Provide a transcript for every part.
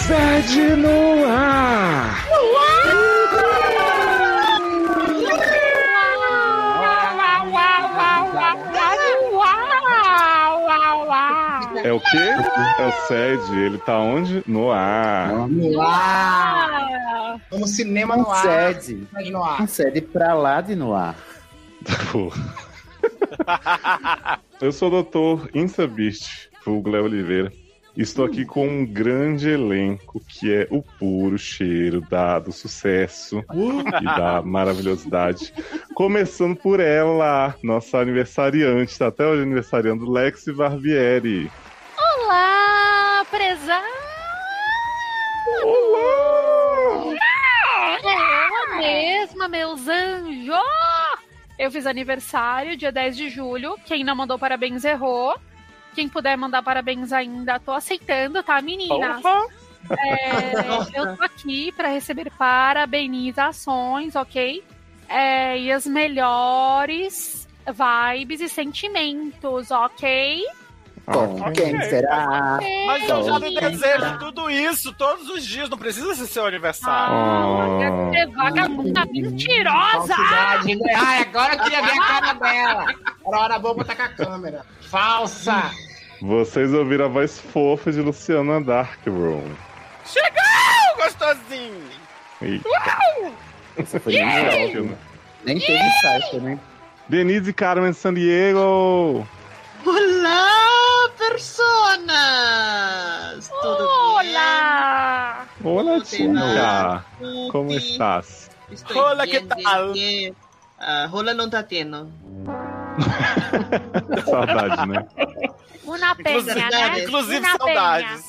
Sede no ar! É o quê? É o Sede, ele tá onde? No ar. No ar! Ah, Vamos cinema no Um ar. sede. Sede no ar. Um sede pra lá de Noir. Porra. Eu sou o Dr. Insabist, vulgo Léo Oliveira. Estou aqui com um grande elenco que é o puro cheiro da, do sucesso e da maravilhosidade. Começando por ela, nossa aniversariante, tá até hoje aniversariando, Lexi Barbieri. Olá, prezado! Olá! Eu mesma, meus anjos! Eu fiz aniversário, dia 10 de julho. Quem não mandou parabéns errou. Quem puder mandar parabéns ainda, tô aceitando, tá, meninas? É, eu tô aqui pra receber parabenizações, ok? É, e as melhores vibes e sentimentos, ok? Com quem será? Mas eu já lhe Menina. desejo tudo isso todos os dias, não precisa ser seu aniversário. Ah, você é vagabunda mentirosa! Falsidade, hein? Ai, agora eu queria ver a cara dela. Era hora boa botar com a câmera. Falsa! Vocês ouviram a voz fofa de Luciana Darkroom. Ah. Ô, gostosinho! Eita, Essa foi que eu- Nem teve site, né? Denise Carmen San Diego! Olá, personas! Tudo Olá! Olá, Olá. Tina! bem? Tá, Como estás? Estou Hola, bien, que tal? bien, bien. Ah, rola não tá tendo. Saudade, né? Una Inclusive, peña, né? saudades. inclusive Una saudades.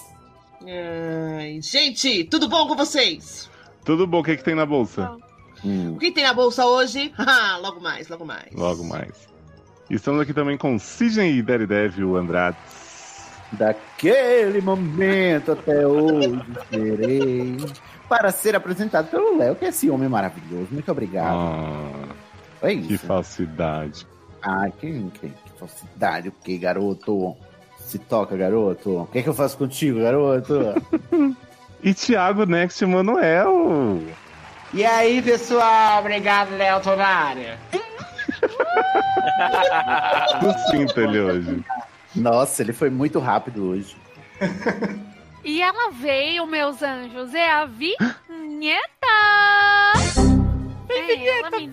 Ai, gente, tudo bom com vocês? Tudo bom, o que, que tem na bolsa? Hum. O que tem na bolsa hoje? Ah, logo mais, logo mais. Logo mais. Estamos aqui também com Sidney e Daredevil Andrade. Daquele momento até hoje esperei para ser apresentado pelo Léo, que é esse homem maravilhoso. Muito obrigado. Ah, é que isso. falsidade. Ai, que, que, que falsidade. O que, garoto? Se toca, garoto. O que, é que eu faço contigo, garoto? E Thiago Next Manuel. E aí, pessoal? Obrigado, Léo Tonária. Do cinta ele hoje. Nossa, ele foi muito rápido hoje. E ela veio, meus anjos, é a vinheta! Vem, vinheta, vem,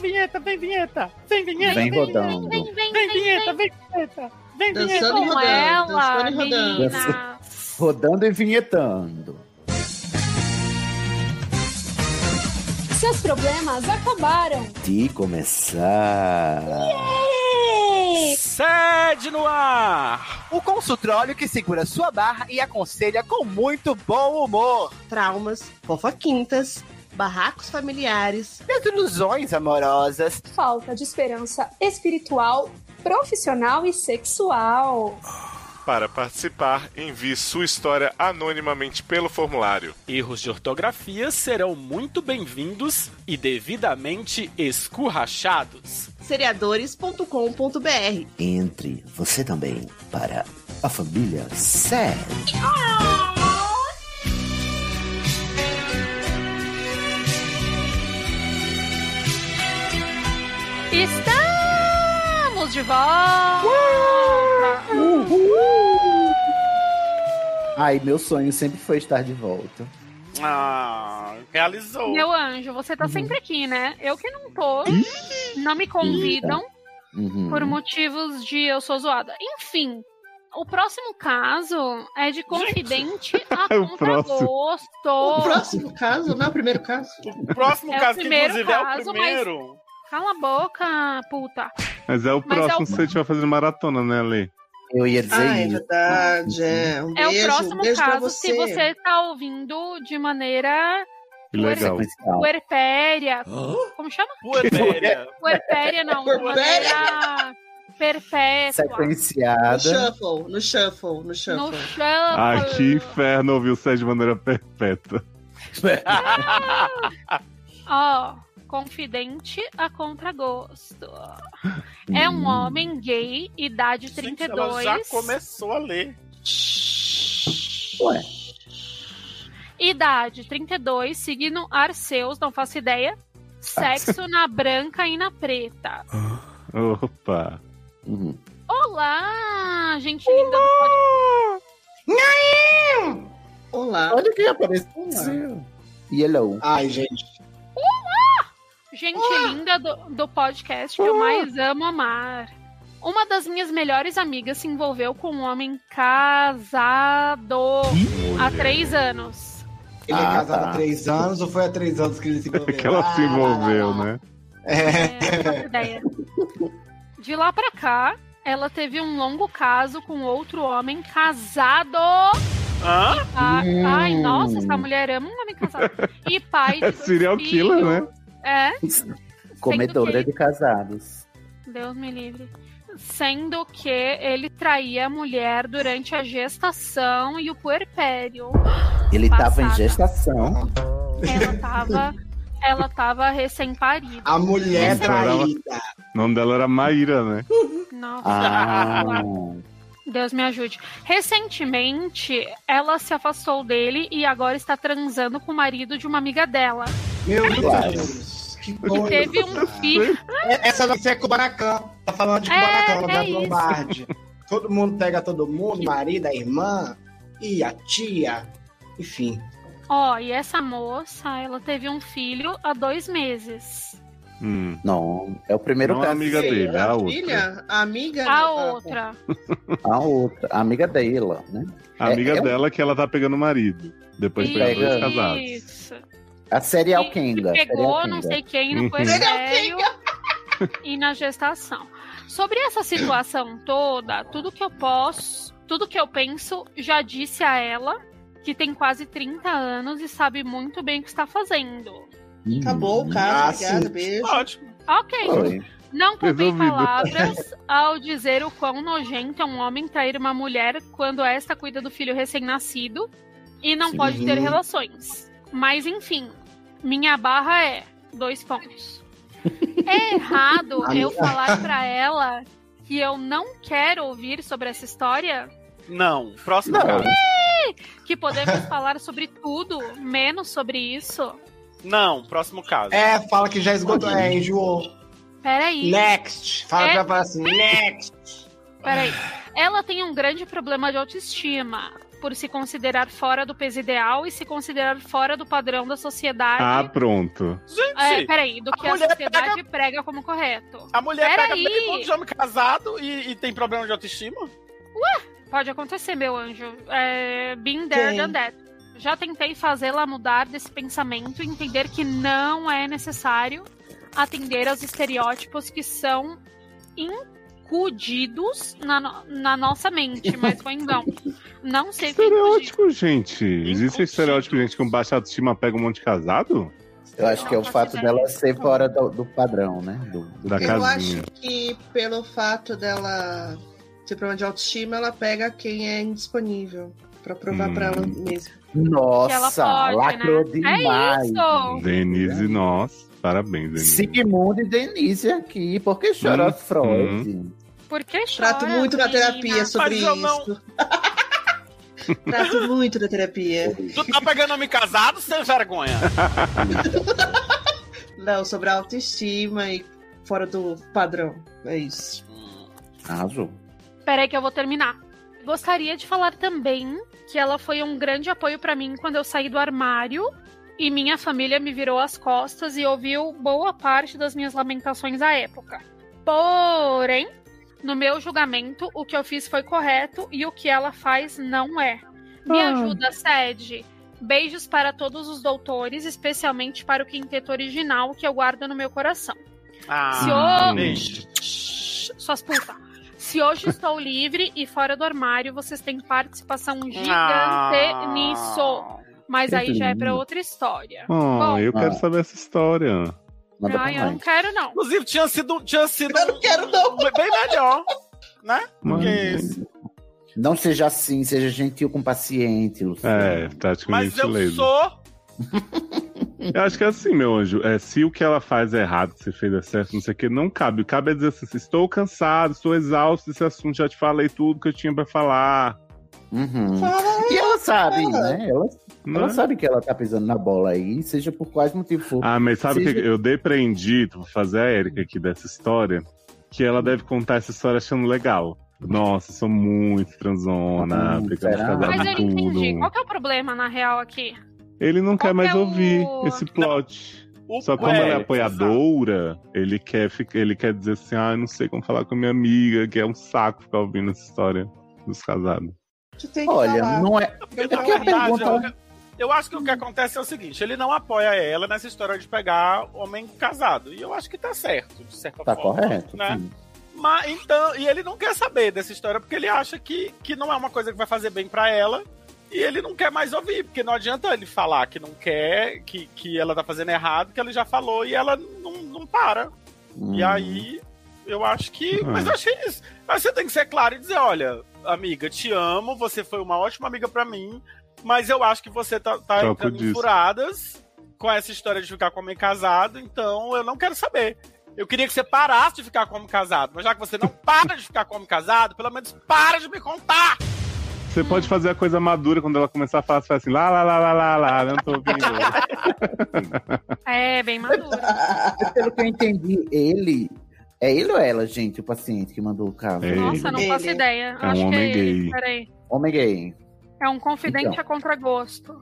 vinheta, vem, Vem rodando. vem, vem, vem, vinheta, vem, Dançando e com rodando, ela, dançando e rodando. meninas! Rodando e vinhetando. Seus problemas acabaram. De começar. Sede no ar! O consultório que segura sua barra e aconselha com muito bom humor. Traumas, fofoquintas, barracos familiares. Desilusões amorosas. Falta de esperança espiritual, profissional e sexual. Para participar, envie sua história anonimamente pelo formulário. Erros de ortografia serão muito bem-vindos e devidamente escurrachados. Seriadores.com.br Entre você também para a família Sede. Estamos de volta! Ai, meu sonho sempre foi estar de volta. Ah, realizou. Meu anjo, você tá sempre aqui, né? Eu que não tô, não me convidam. Uhum. por motivos de eu sou zoada. Enfim, o próximo caso é de confidente a É o próximo. O contragosto. próximo caso, não é o primeiro caso? O próximo É o caso, que primeiro inclusive é o caso, mas- primeiro. Cala a boca, puta. Mas é o Mas é próximo o- se você estiver fazendo maratona, né, Lê? Eu ia dizer Ah, é isso. verdade. É, um É beijo, o próximo um beijo pra caso você. se você tá ouvindo de maneira Que legal. Sequencial. puerpéria. Como chama? Puerpéria. Puerpéria, não. de Puerpéria? maneira perpétua. No Sequenciada. shuffle, no shuffle, no No shuffle. chão. Ai, que inferno ouvir o Sede de maneira perpétua. Ó, confidente a contragosto. É Hum. um homem gay, idade Gente, ela já 32. começou a ler. Ué. Idade, 32. Signo, Arceus, não faço ideia. Sexo na branca e na preta. Opa. Uhum. Olá, gente linda do podcast. Olá. Olha quem apareceu. Yellow. Ah, Ai, gente. Gente linda do, do podcast que eu mais amo amar. Uma das minhas melhores amigas se envolveu com um homem casado há três anos. Ele é Ah, casado tá. há três anos ou foi há três anos que ele se envolveu? É Que ela se Ah, envolveu, né? É, não faço ideia. De lá pra cá, ela teve um longo caso com outro homem casado. Hã? Ah, Hum. Ai, nossa, essa mulher ama um homem casado. E pai de É dois serial filhos. killer, né? É, Comedora que- de casados. Deus me livre. Sendo que ele traía a mulher durante a gestação e o puerpério. Ele tava em Passada. gestação. Ela tava, ela tava recém-parida. A mulher Nossa, ela- traída. O nome dela era Maíra, né? Nossa. Ah, Deus me ajude. Recentemente, ela se afastou dele e agora está transando com o marido de uma amiga dela. Meu Claro. Deus. Que doido. Teve um filho. É- Essa vai ser Kubanacan. Tá falando de É, Kubanacan, é da isso. Lombardi. Todo mundo pega todo mundo, marido, a irmã e a tia. Enfim. Ó, e essa moça, ela teve um filho há dois meses. Hum. não. É o primeiro Não a caso. amiga dele, a outra. Filha? A amiga? A outra. A outra. A amiga dela, né? A amiga É- é um- dela que ela tá pegando o marido. Depois de pegar dois Pega- casados. Isso. A serial que- é Kenga. que serial pegou não Kenga. sei quem no Uhum. é puerpério e na gestação. Sobre essa situação toda, tudo que eu posso, tudo que eu penso, já disse a ela que tem quase 30 anos e sabe muito bem o que está fazendo. Hum. Acabou o Ah, caso, obrigada, sim. beijo. Ótimo. Ok, Foi. não poupei Resolvido. palavras ao dizer o quão nojento é um homem trair uma mulher quando esta cuida do filho recém-nascido e não Sim. pode ter relações. Mas enfim, minha barra é dois pontos. É errado eu falar pra ela que eu não quero ouvir sobre essa história, Não. Próximo Não. caso. que podemos falar sobre tudo, menos sobre isso. Não, próximo caso. É, fala que já esgotou. É, enjoou. Peraí. Né? Next. Fala É. pra falar assim, next. Peraí. Ela tem um grande problema de autoestima por se considerar fora do peso ideal e se considerar fora do padrão da Ah, sociedade. pronto. É, Gente, peraí, do que a, mulher sociedade prega como correto. a mulher pega peraí. meio ponto de é homem casado e, e tem problema de autoestima? Pode acontecer, meu anjo. É, been there, Sim. done that. Já tentei fazê-la mudar desse pensamento e entender que não é necessário atender aos estereótipos que são incudidos na, no- na nossa mente, mas foi em vão. Não sei o que incudir. Estereótipo, gente. Existe Inclusive. estereótipo, de gente, com baixa autoestima pega um monte de casado? Eu acho que é o Não, fato faço dela ideia. ser fora do, do padrão, né? Do- do- Da Eu casinha. acho que pelo fato dela ter problema de autoestima, ela pega quem é indisponível. Pra provar Hum. pra ela mesma. Que ela Nossa, pode, lacrou né? demais. É isso. Denise, nós. Parabéns, Denise. Sigmund e Denise aqui. Por que chora Hum, Freud? Por que chora, Trato muito na menina? terapia sobre Mas eu não- isso. Trato muito da terapia. Tu tá pegando homem casado sem vergonha? Não, sobre a autoestima e fora do padrão. É isso. Arrasou. Peraí que eu vou terminar. Gostaria de falar também que ela foi um grande apoio pra mim quando eu saí do armário e minha família me virou as costas e ouviu boa parte das minhas lamentações à época. Porém, no meu julgamento, o que eu fiz foi correto e o que ela faz não é. Me ajuda, Sede. Beijos para todos os doutores, especialmente para o quinteto original que eu guardo no meu coração. Se Ah, o- beijo. Suas putas. Se hoje estou livre e fora do armário, vocês têm participação gigante Ah. nisso. Mas aí já é pra outra história. Bom. Ah, eu quero saber essa história. Manda Ai, pra eu não nós. quero, não. Inclusive, tinha sido. Tinha sido um Eu não quero, não. Bem melhor. né? Mas- Que isso. Não seja assim, seja gentil com o paciente, É, Luciano. tática Mas eu gentileza. sou. um Eu acho que é assim, meu anjo. É, se o que ela faz é errado, se fez é certo, não sei o que, não cabe. Cabe é dizer assim: estou cansado, estou exausto desse assunto, já te falei tudo que eu tinha pra falar. Uhum. Fala, E ela sabe, né? Ela Ela Não. sabe que ela tá pisando na bola aí, seja por quais motivo for. Ah, mas sabe o que Seja- eu depreendi, vou fazer a Erika aqui dessa história, que ela deve contar essa história achando legal. Nossa, sou muito transona, Hum, pegando será? casado Mas eu em não entendi. tudo. Qual que é o problema, na real, aqui? Ele não quer Qual mais que é o- ouvir esse plot. O Só que como ela é Eric, apoiadora, ele quer, fica- ele quer dizer assim, ah, eu não sei como falar com minha amiga, que é um saco ficar ouvindo essa história dos casados. Tu tem que Olha, falar. não é. É Eu, porque a verdade, pergunta- eu- eu acho que o que acontece é o seguinte: ele não apoia ela nessa história de pegar homem casado. E eu acho que tá certo, de certa Tá forma. correto. Né? sim. Mas então, e ele não quer saber dessa história porque ele acha que, que não é uma coisa que vai fazer bem pra ela. E ele não quer mais ouvir, porque não adianta ele falar que não quer, que, que ela tá fazendo errado, que ele já falou e ela não, não para. E Hum. aí, eu acho que. Ah. Mas eu acho que é isso. Mas você tem que ser claro e dizer: olha, amiga, te amo, você foi uma ótima amiga pra mim, mas eu acho que você tá, tá Troco entrando em disso. furadas com essa história de ficar com homem casado, então eu não quero saber. Eu queria que você parasse de ficar com homem casado, mas já que você não para de ficar com homem casado, pelo menos para de me contar! Você Hum. pode fazer a coisa madura quando ela começar a falar, você faz assim, lá, lá, lá, lá, lá, lá, não tô ouvindo. É, bem maduro. Ah, é Pelo que eu entendi, ele. É ele ou ela, gente, o paciente que mandou o caso? É ele. Nossa, não faço Ele. ideia. É um Acho que homem é ele. gay. Peraí. Homem gay. É um confidente Então. a contragosto.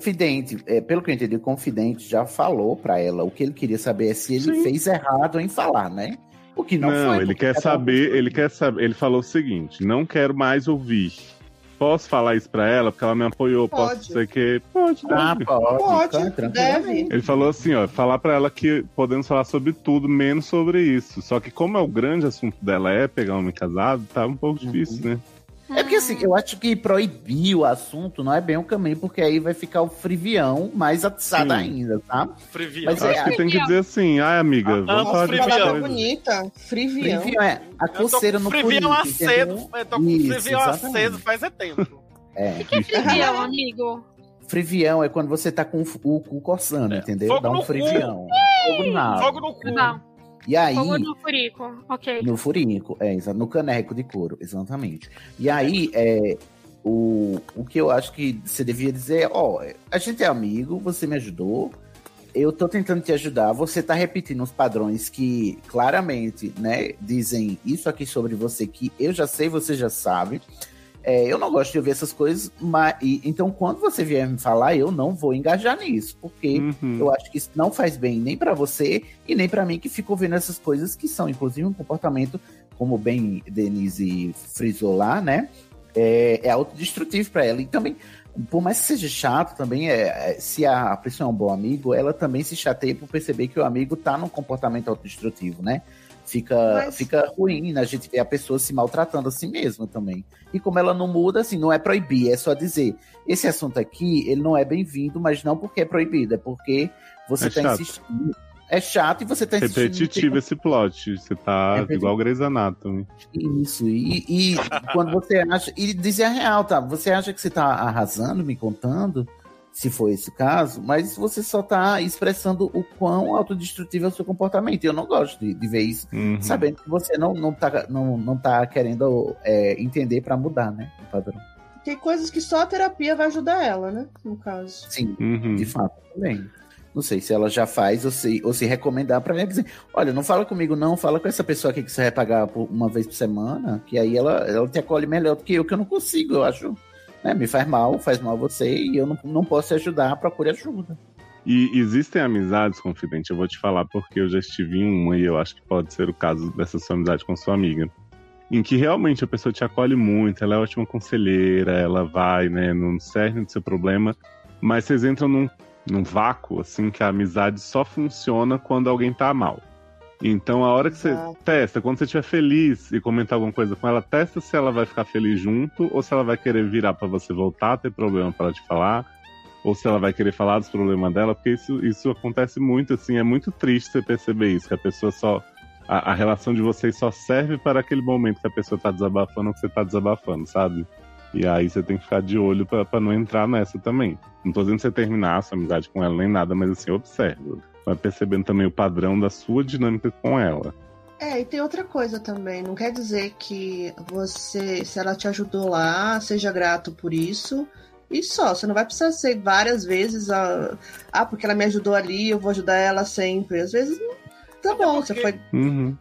Confidente, é, pelo que eu entendi, o confidente já falou pra ela. O que ele queria saber é se ele Sim. fez errado em falar, né? O que não, Não, foi. ele porque quer cada um- saber, ele quer saber, ele falou o seguinte, não quero mais ouvir. Posso falar isso pra ela? Porque ela me apoiou, Pode. posso dizer que... Pode, Ah, deve. pode. Pode, Pode, deve. Ele falou assim, ó, falar pra ela que podemos falar sobre tudo, menos sobre isso. Só que como é o grande assunto dela é pegar homem casado, tá um pouco Uhum. difícil, né? É porque assim, eu acho que proibir o assunto não é bem o caminho, porque aí vai ficar o frivião mais atiçado Sim. ainda, tá? Frivia. Mas Eu é, acho que tem que Frivião. dizer assim, ai amiga, Ah, vamos amo falar de frivião. outra Palavra coisa. bonita. Frivião. frivião é a coceira no Frivia punhito, acedo. entendeu? Eu tô com Isso, frivia acedo exatamente. faz é tempo. É. Que frivião, amigo? Frivião é quando você tá com o cu coçando, entendeu? É. Fogo Dá no um cu. frivião. Fogo na Fogo no cu. tá. Não, E aí, fogo no furico. Ok. No furinco, é, exa- no caneco de couro, exatamente. E aí, é, o, o que eu acho que você devia dizer, ó, a gente é amigo, você me ajudou, eu tô tentando te ajudar, você tá repetindo os padrões que claramente, né, dizem isso aqui sobre você que eu já sei, você já sabe. É, eu não gosto de ouvir essas coisas, mas e- então quando você vier me falar, eu não vou engajar nisso, porque Uhum. eu acho que isso não faz bem nem pra você e nem pra mim que ficou vendo essas coisas que são, inclusive, um comportamento, como bem Denise frisou lá, né? É, é autodestrutivo pra ela. E também, por mais que seja chato, também é, é, se a pessoa é um bom amigo, ela também se chateia por perceber que o amigo tá num comportamento autodestrutivo, né? Fica, Mas- fica ruim, né? a gente vê a pessoa se maltratando a si mesma também. E como ela não muda, assim, não é proibir, é só dizer. Esse assunto aqui, ele não é bem-vindo, mas não porque é proibido, é porque você É está chato. insistindo. É chato e você está insistindo. Repetitivo esse plot. Você tá Repetitivo. igual o Grey's Anatomy. Isso, e, e quando você acha. E dizer a real, tá? Você acha que você tá arrasando, me contando, se for esse o caso, mas você só tá expressando o quão autodestrutivo é o seu comportamento. E eu não gosto de, de ver isso, Uhum. sabendo que você não, não, tá, não, não tá querendo é, entender pra mudar, né? O padrão. Tem coisas que só a terapia vai ajudar ela, né? No caso. Sim, Uhum. de fato, também. Não sei se ela já faz ou se, ou se recomendar pra ela dizer: olha, não fala comigo, não, fala com essa pessoa aqui que você vai pagar por uma vez por semana, que aí ela, ela te acolhe melhor do que eu, que eu não consigo, eu acho. Né, me faz mal, faz mal a você e eu não, não posso te ajudar, procure ajuda. E existem amizades, confidente, eu vou te falar porque eu já estive em uma e eu acho que pode ser o caso dessa sua amizade com sua amiga. Em que realmente a pessoa te acolhe muito, ela é ótima conselheira, ela vai, né, no cerne do seu problema, mas vocês entram num, num vácuo, assim, que a amizade só funciona quando alguém tá mal. Então, a hora que você Exato. testa, quando você estiver feliz e comentar alguma coisa com ela, testa se ela vai ficar feliz junto ou se ela vai querer virar pra você voltar, ter problema pra ela te falar ou se ela vai querer falar dos problemas dela, porque isso, isso acontece muito, assim, é muito triste você perceber isso, que a pessoa só. A, a relação de vocês só serve para aquele momento que a pessoa tá desabafando ou que você tá desabafando, sabe? E aí você tem que ficar de olho pra pra não entrar nessa também. Não tô dizendo que você terminar a sua amizade com ela nem nada, mas assim, observa. Vai percebendo também o padrão da sua dinâmica com ela. É, e tem outra coisa também. Não quer dizer que você, se ela te ajudou lá, seja grato por isso. E só, você não vai precisar ser várias vezes. ah, ah, porque ela me ajudou ali, eu vou ajudar ela sempre. Às vezes, não- tá Até bom, porque- é você foi, Uhum.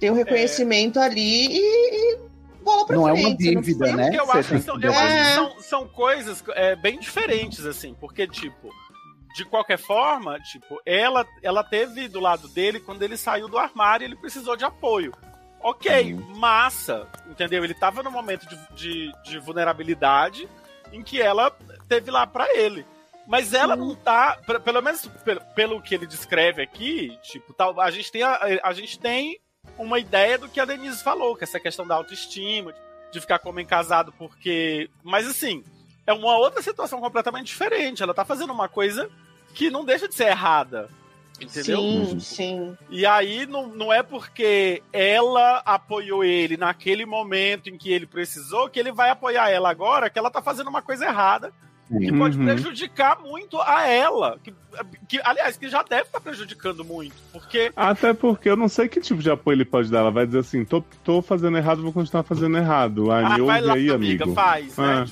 tem um reconhecimento ali e, e bola pra Não é frente. uma você não dívida, precisa- né? Porque eu Você acho que são, eu tem- acho que É. são- são coisas é, bem diferentes, assim, porque, tipo, de qualquer forma, tipo, ela, ela teve do lado dele quando ele saiu do armário ele precisou de apoio. Ok, massa, entendeu? Ele tava num momento de, de, de vulnerabilidade em que ela teve lá pra ele. Mas ela não tá, pe- pelo menos pelo, pelo que ele descreve aqui, tipo, tal, a gente tem a, a gente tem uma ideia do que a Denise falou, que é essa questão da autoestima, de ficar com homem casado porque. Mas assim, é uma outra situação completamente diferente. Ela tá fazendo uma coisa que não deixa de ser errada. Entendeu? Uhum. Sim, sim. E aí não, não é porque ela apoiou ele naquele momento em que ele precisou que ele vai apoiar ela agora, que ela tá fazendo uma coisa errada que Uhum. pode prejudicar muito a ela. Que, que, aliás, que já deve estar prejudicando muito. Porque Até porque eu não sei que tipo de apoio ele pode dar. Ela vai dizer assim: tô, tô fazendo errado, vou continuar fazendo errado. Ah, Ai, me ouve aí, amigo. faz, né?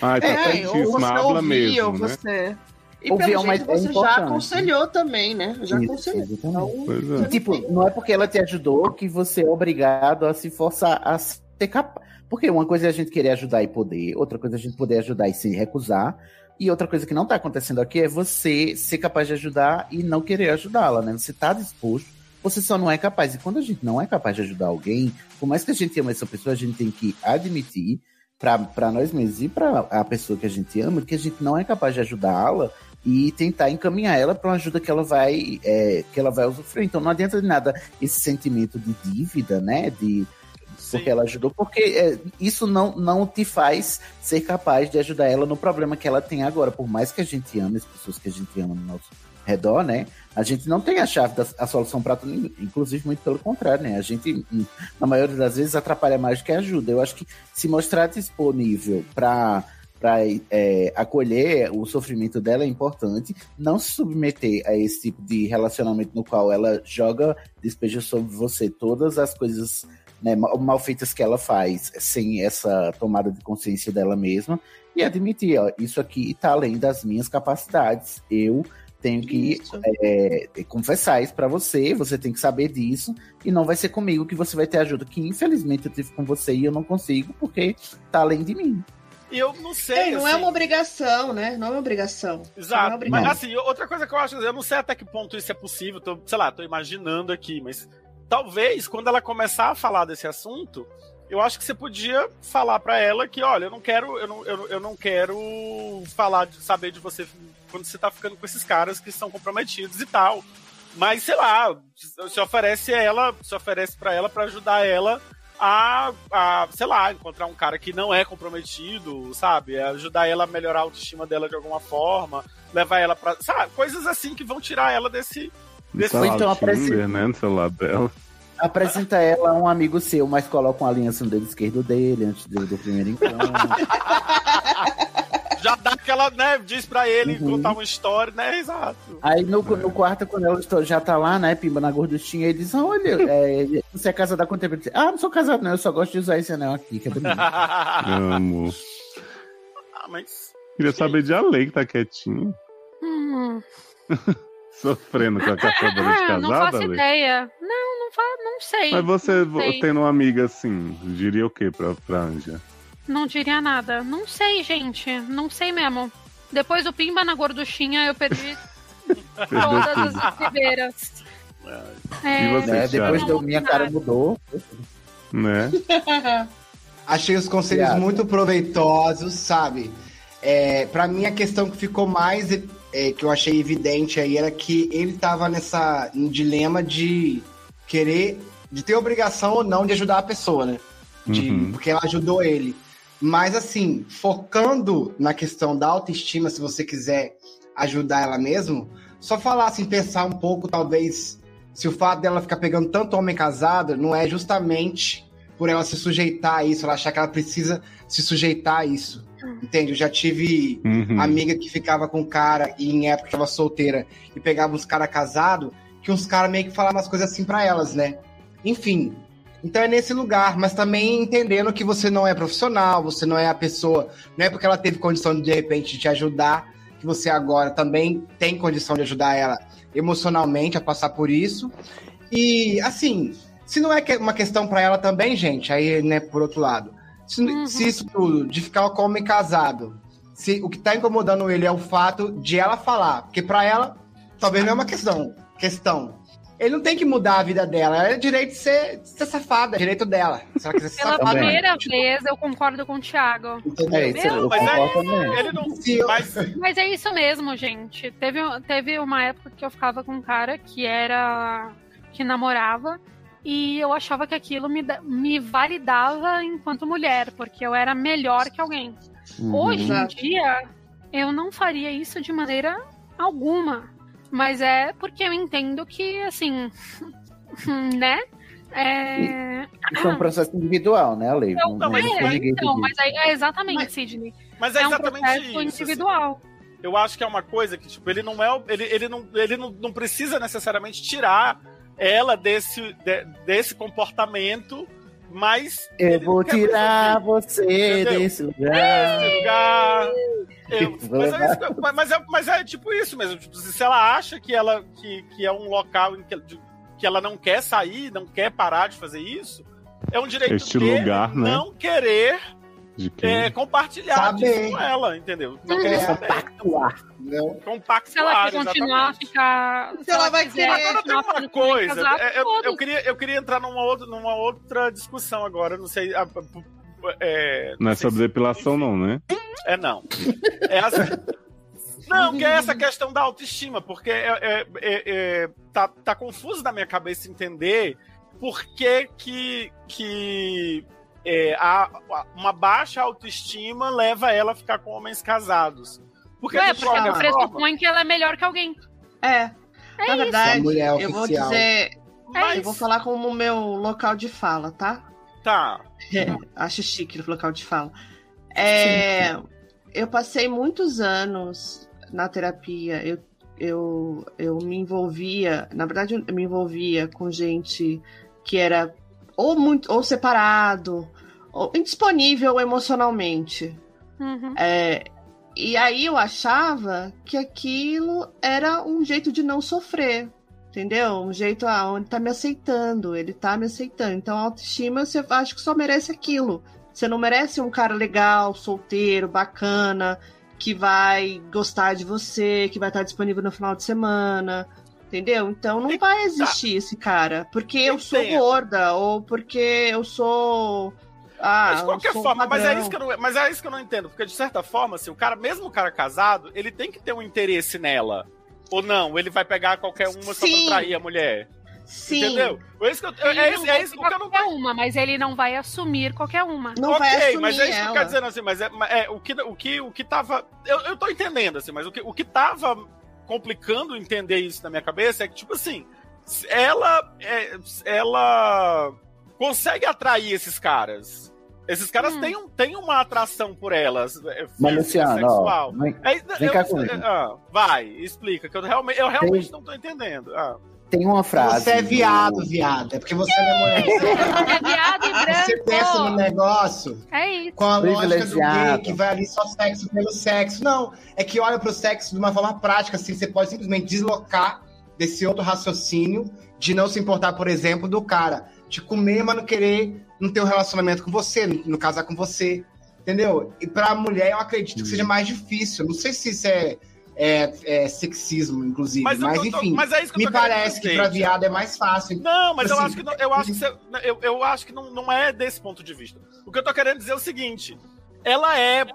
Ah, ai, tá É, ou certíssima, você habla ouviu, mesmo, né? você. E Ouvir é pelo uma jeito, ideia você já importante. aconselhou também, né? Já aconselhou. Então, Pois é. E, tipo, não é porque ela te ajudou que você é obrigado a se forçar a ser capaz. Porque uma coisa é a gente querer ajudar e poder, outra coisa é a gente poder ajudar e se recusar. E outra coisa que não tá acontecendo aqui é você ser capaz de ajudar e não querer ajudá-la, né? Você tá disposto, você só não é capaz. E quando a gente não é capaz de ajudar alguém, por mais que a gente ama essa pessoa, a gente tem que admitir pra- pra nós mesmos e pra a pessoa que a gente ama que a gente não é capaz de ajudá-la e tentar encaminhar ela pra uma ajuda que ela vai é, que ela vai usufruir. Então não adianta de nada esse sentimento de dívida, né? De Sim. porque ela ajudou, porque é, isso não, não te faz ser capaz de ajudar ela no problema que ela tem agora. Por mais que a gente ame as pessoas que a gente ama no nosso redor, né? A gente não tem a chave da a solução para tudo, inclusive muito pelo contrário, né? A gente, hum, na maioria das vezes, atrapalha mais do que ajuda. Eu acho que se mostrar disponível para para acolher o sofrimento dela é importante, não se submeter a esse tipo de relacionamento no qual ela joga, despeja sobre você todas as coisas né, ma- mal feitas que ela faz, sem essa tomada de consciência dela mesma, e admitir, ó, isso aqui tá além das minhas capacidades, eu tenho que isso. é, confessar isso pra você, você tem que saber disso, e não vai ser comigo que você vai ter ajuda, que infelizmente eu tive com você e eu não consigo, porque tá além de mim. E eu não sei. É, não é assim, uma obrigação, né? Não é uma obrigação. Não é Exato. obrigado. Mas assim, outra coisa que eu acho, eu não sei até que ponto isso é possível, tô, sei lá, tô imaginando aqui, mas talvez quando ela começar a falar desse assunto, eu acho que você podia falar pra ela que, olha, eu não quero, eu não, eu, não- eu não quero falar de saber de você quando você tá ficando com esses caras que são comprometidos e tal. Mas sei lá, se oferece ela, se oferece para ela pra ajudar ela a, a, sei lá, encontrar um cara que não é comprometido, sabe? Ajudar ela a melhorar a autoestima dela de alguma forma, levar ela pra. Sabe? Coisas assim que vão tirar ela desse. Não desse tá lá então o aparece- Tinder, né, no celular dela. Apresenta ela a um amigo seu, mas coloca uma aliança no dedo esquerdo dele antes do, do primeiro encontro. Já dá aquela, né? Diz pra ele Uhum. contar uma história, né? Exato. Aí no, no quarto, quando ela está- já tá lá, né, pimba na gorduchinha, ele diz: Olha, é, você é casada com tempo? Ele diz, Ah, não sou casado, não, eu só gosto de usar esse anel aqui, que é bonito. ah, Amo. mas. Queria saber de a lei que tá quietinha, Hum. sofrendo com a caçadora de Ah, não faço casada, Lei. ideia. Não, não, fa... não sei. Mas você Não sei. tendo uma amiga assim, diria o que pra, pra Anja? Não diria nada. Não sei, gente. Não sei mesmo. Depois do Pimba na gorduchinha, eu perdi Perdeu todas tudo. as ribeiras. É, E você? Né? Depois Thiago? do minha cara mudou. Né? Achei os conselhos Obrigado. muito proveitosos, sabe? É, para mim, a questão que ficou mais é, que eu achei evidente aí era que ele tava nessa um dilema de querer, de ter obrigação ou não de ajudar a pessoa, né? De- Uhum. Porque ela ajudou ele. Mas assim, focando na questão da autoestima, se você quiser ajudar ela mesmo, só falar assim, pensar um pouco, talvez, se o fato dela ficar pegando tanto homem casado não é justamente por ela se sujeitar a isso, ela achar que ela precisa se sujeitar a isso. Entende? Eu já tive Uhum. amiga que ficava com cara e em época que tava solteira e pegava uns cara casado, que uns caras meio que falavam as coisas assim pra elas, né? Enfim, Então é nesse lugar, mas também entendendo que você não é profissional, você não é a pessoa, não é porque ela teve condição de de repente de te ajudar que você agora também tem condição de ajudar ela emocionalmente a passar por isso. E assim, se não é que- uma questão pra ela também, gente, aí né, por outro lado, se, Uhum. se isso tudo de ficar com homem casado, se o que tá incomodando ele é o fato de ela falar, porque pra ela talvez não é uma questão, questão. Ele não tem que mudar a vida dela, ela é direito de ser, de ser safada, é direito dela. Se ela quiser ser Tá Pela safada, primeira vez, eu concordo com o Thiago. entendeu? É isso, eu Mas é concordo também. Ele não. um Se- Mas Mas é isso mesmo, gente. Teve, teve uma época que eu ficava com um cara que era. que namorava. E eu achava que aquilo me, da- me validava enquanto mulher, porque eu era melhor que alguém. Hoje em Exato. dia, eu não faria isso de maneira alguma. Mas é porque eu entendo que, assim, né? É, Isso é um processo individual, né, Lei? Não, não, mas tem é, ninguém que então, diz. mas aí- é exatamente, Sidney. Mas é, É um exatamente processo isso. assim. individual. Eu acho que é uma coisa que, tipo, ele não é. o- Ele, ele, não, ele não, não precisa necessariamente tirar ela desse, de- desse comportamento, mas. Eu ele vou não quer mais tirar você Entendeu? desse lugar. ouvir esse lugar. Eu- Vou mas, é, levar. isso- mas- mas é, mas é tipo isso mesmo. tipo, se se ela acha que, ela, que, que é um local em que, de- que ela não quer sair, não quer parar de fazer isso, é um direito Este dele lugar, né? não querer De quem? é, compartilhar Saber. disso com ela, entendeu? É Não Uhum. querer É. saber. Compactuar. Entendeu? Compactuar, Se ela quer continuar a exatamente. ficar. Se ela vai quiser querer. Agora tem continuar uma ficando com ele coisa. casado, é, é, eu, foda-se. queria, eu queria entrar numa outra, numa outra discussão agora. Não sei. a- a- é, Não é sei sobre depilação, não, né? É não. É assim. Não, que é essa questão da autoestima, porque é- é- é- é- tá, tá confuso na minha cabeça entender por que que, que é, a- a- uma baixa autoestima leva ela a ficar com homens casados. Porque, É, de porque qualquer ela forma. pressupõe que ela é melhor que alguém. É. Na Essa verdade, mulher É eu vou oficial. dizer. mas, Eu vou falar com o meu local de fala, tá? tá, É, acho chique o local de fala. É, eu passei muitos anos na terapia. Eu, eu, eu me envolvia, na verdade, eu me envolvia com gente que era ou muito ou separado, ou indisponível emocionalmente. Uhum. É, e aí eu achava que aquilo era um jeito de não sofrer. Entendeu? Um jeito, ah, ele tá me aceitando, ele tá me aceitando. Então, a autoestima, você acha que só merece aquilo. Você não merece um cara legal, solteiro, bacana, que vai gostar de você, que vai estar disponível no final de semana. Entendeu? Então, não vai existir esse cara. Porque eu sou Entendo. gorda, ou porque eu sou. Ah, mas de eu qualquer sou forma, mas é, padrão. isso que eu não, mas é isso que eu não entendo. Porque, de certa forma, assim, o cara, mesmo o cara casado, ele tem que ter um interesse nela. Ou não, ele vai pegar qualquer uma só Sim. pra trair a mulher. Sim. Entendeu? É isso que eu, eu- Ele é não isso, vai é isso o ficar que eu não qualquer uma, mas ele não vai assumir qualquer uma. Não ok, vai assumir mas é isso que eu ela. quero dizendo assim, mas é, mas é, o, que, o, que, o que tava. Eu, eu tô entendendo, assim, mas o que, o que tava complicando entender isso na minha cabeça é que, tipo assim, se ela. é, ela consegue atrair esses caras. Esses caras Hum. têm, um, têm uma atração por elas. é, Mas, física, Luciano, ó, sexual. não- É, eu- cá comigo. ah, vai, explica, que eu realmente, eu realmente Tem- não tô entendendo. Ah. tem uma frase. Você é do- viado, viado. É porque você não é mulher. É viado e Você pensa no branco. negócio É isso. com a lógica do gay Privilegiado. que vai ali só sexo pelo sexo. Não, é que olha pro sexo de uma forma prática, assim, você pode simplesmente deslocar desse outro raciocínio de não se importar, por exemplo, do cara te comer, mas não querer não ter um relacionamento com você, não não casar com você. Entendeu? E pra mulher, eu acredito que seja mais difícil. Não sei se isso é, é- é sexismo, inclusive, mas, o que eu tô- enfim. mas é isso que eu tô me querendo parece que dizer, pra viado é mais fácil. Não, mas eu Assim, acho que não, eu acho que você- né, eu, eu acho que não, não é desse ponto de vista. O que eu tô querendo dizer é o seguinte: ela é, é,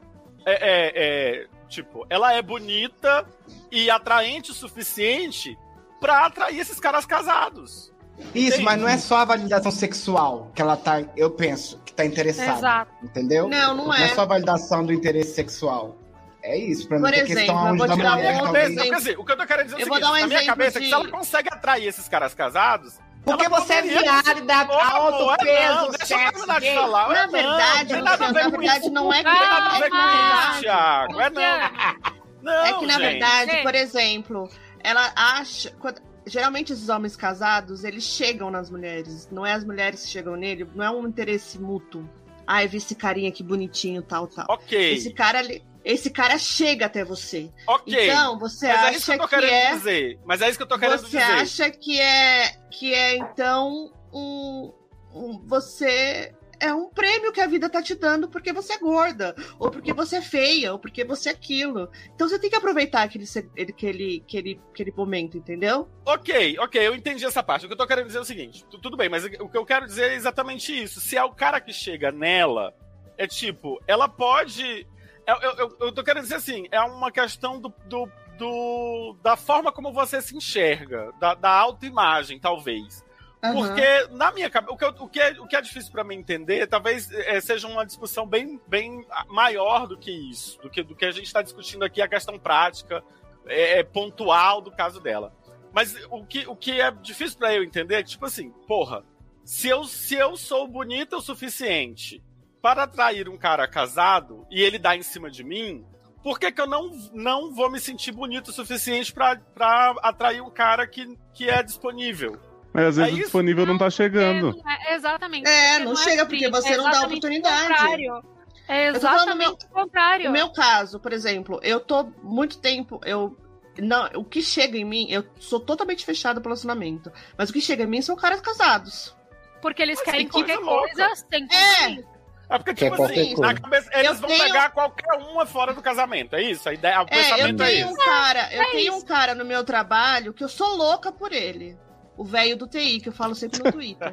é- é, tipo, ela é bonita e atraente o suficiente pra atrair esses caras casados. Isso, Entendi. mas não é só a validação sexual que ela tá, eu penso, que tá interessada. Exato. Entendeu? Não, não Não é é. só a validação do interesse sexual. É isso, pra mim. Por que a exemplo, questão eu aonde vou da te dar mulher, um Quer talvez. dizer, quer dizer, o que eu tô querendo dizer é o Eu vou seguinte: dar um na minha exemplo cabeça, de- que se ela consegue atrair esses caras casados. Porque ela você é poderia- viado e dá Pô, alto amor, é peso, não, deixa eu sexo, terminar de gay. falar. é Na Não, verdade, tem nada a Luciano, ver na com verdade isso. não é que Não tem nada a ver com isso, Calma. Thiago. É não. Luciano, Não, É que na gente. verdade, Gente. por exemplo, ela acha. quando- geralmente esses homens casados, eles chegam nas mulheres. Não é as mulheres que chegam nele, não é um interesse mútuo. Ai, vi esse carinha aqui bonitinho, tal, tal. Ok, Esse cara ali. Esse cara chega até você. ok. Então, você mas é isso que acha eu tô que querendo é. dizer. Mas é isso que eu tô querendo Você dizer. acha que é. Que é, então, um. um- você. É um prêmio que a vida tá te dando porque você é gorda, ou porque você é feia, ou porque você é aquilo. Então você tem que aproveitar aquele, se- ele- aquele, aquele, aquele momento, entendeu? Ok, ok, eu entendi essa parte. O que eu tô querendo dizer é o seguinte: tu- tudo bem, mas o que eu quero dizer é exatamente isso. Se é o cara que chega nela, é tipo, ela pode. é, Eu, eu, eu, eu tô querendo dizer assim: é uma questão do, do, do- da forma como você se enxerga, da, da autoimagem, talvez. Aham. Porque, na minha cabeça, o que, eu- o que, é, o que é difícil pra mim entender, talvez eh, seja uma discussão bem, bem maior do que isso, do que, do que a gente tá discutindo aqui, a questão prática, eh, pontual do caso dela. Mas o que, o que é difícil pra eu entender é que, tipo assim, porra, se eu, se eu sou bonita o suficiente para atrair um cara casado e ele dá em cima de mim, por que, que eu não, não vou me sentir bonito o suficiente pra, pra atrair um cara que, que é disponível? Mas às É vezes isso? o disponível não tá chegando. Não é- exatamente. É, Porque não chega porque assim, você não dá exatamente o oportunidade. contrário. É Eu tô falando exatamente o contrário. No meu caso, por exemplo, eu tô muito tempo, eu não, o que chega em mim, eu sou totalmente fechada pro relacionamento, mas o que chega em mim são caras casados. Porque eles Mas querem que coisa qualquer louca. coisa sem É. compromisso. É porque, Que é tipo assim, qualquer coisa. na cabeça, eles Eu vão tenho- pegar qualquer uma fora do casamento, é isso? A ideia, o É, eu pensamento é tenho esse. um cara, eu É tenho isso. um cara no meu trabalho que eu sou louca por ele. O velho do TI, que eu falo sempre no Twitter.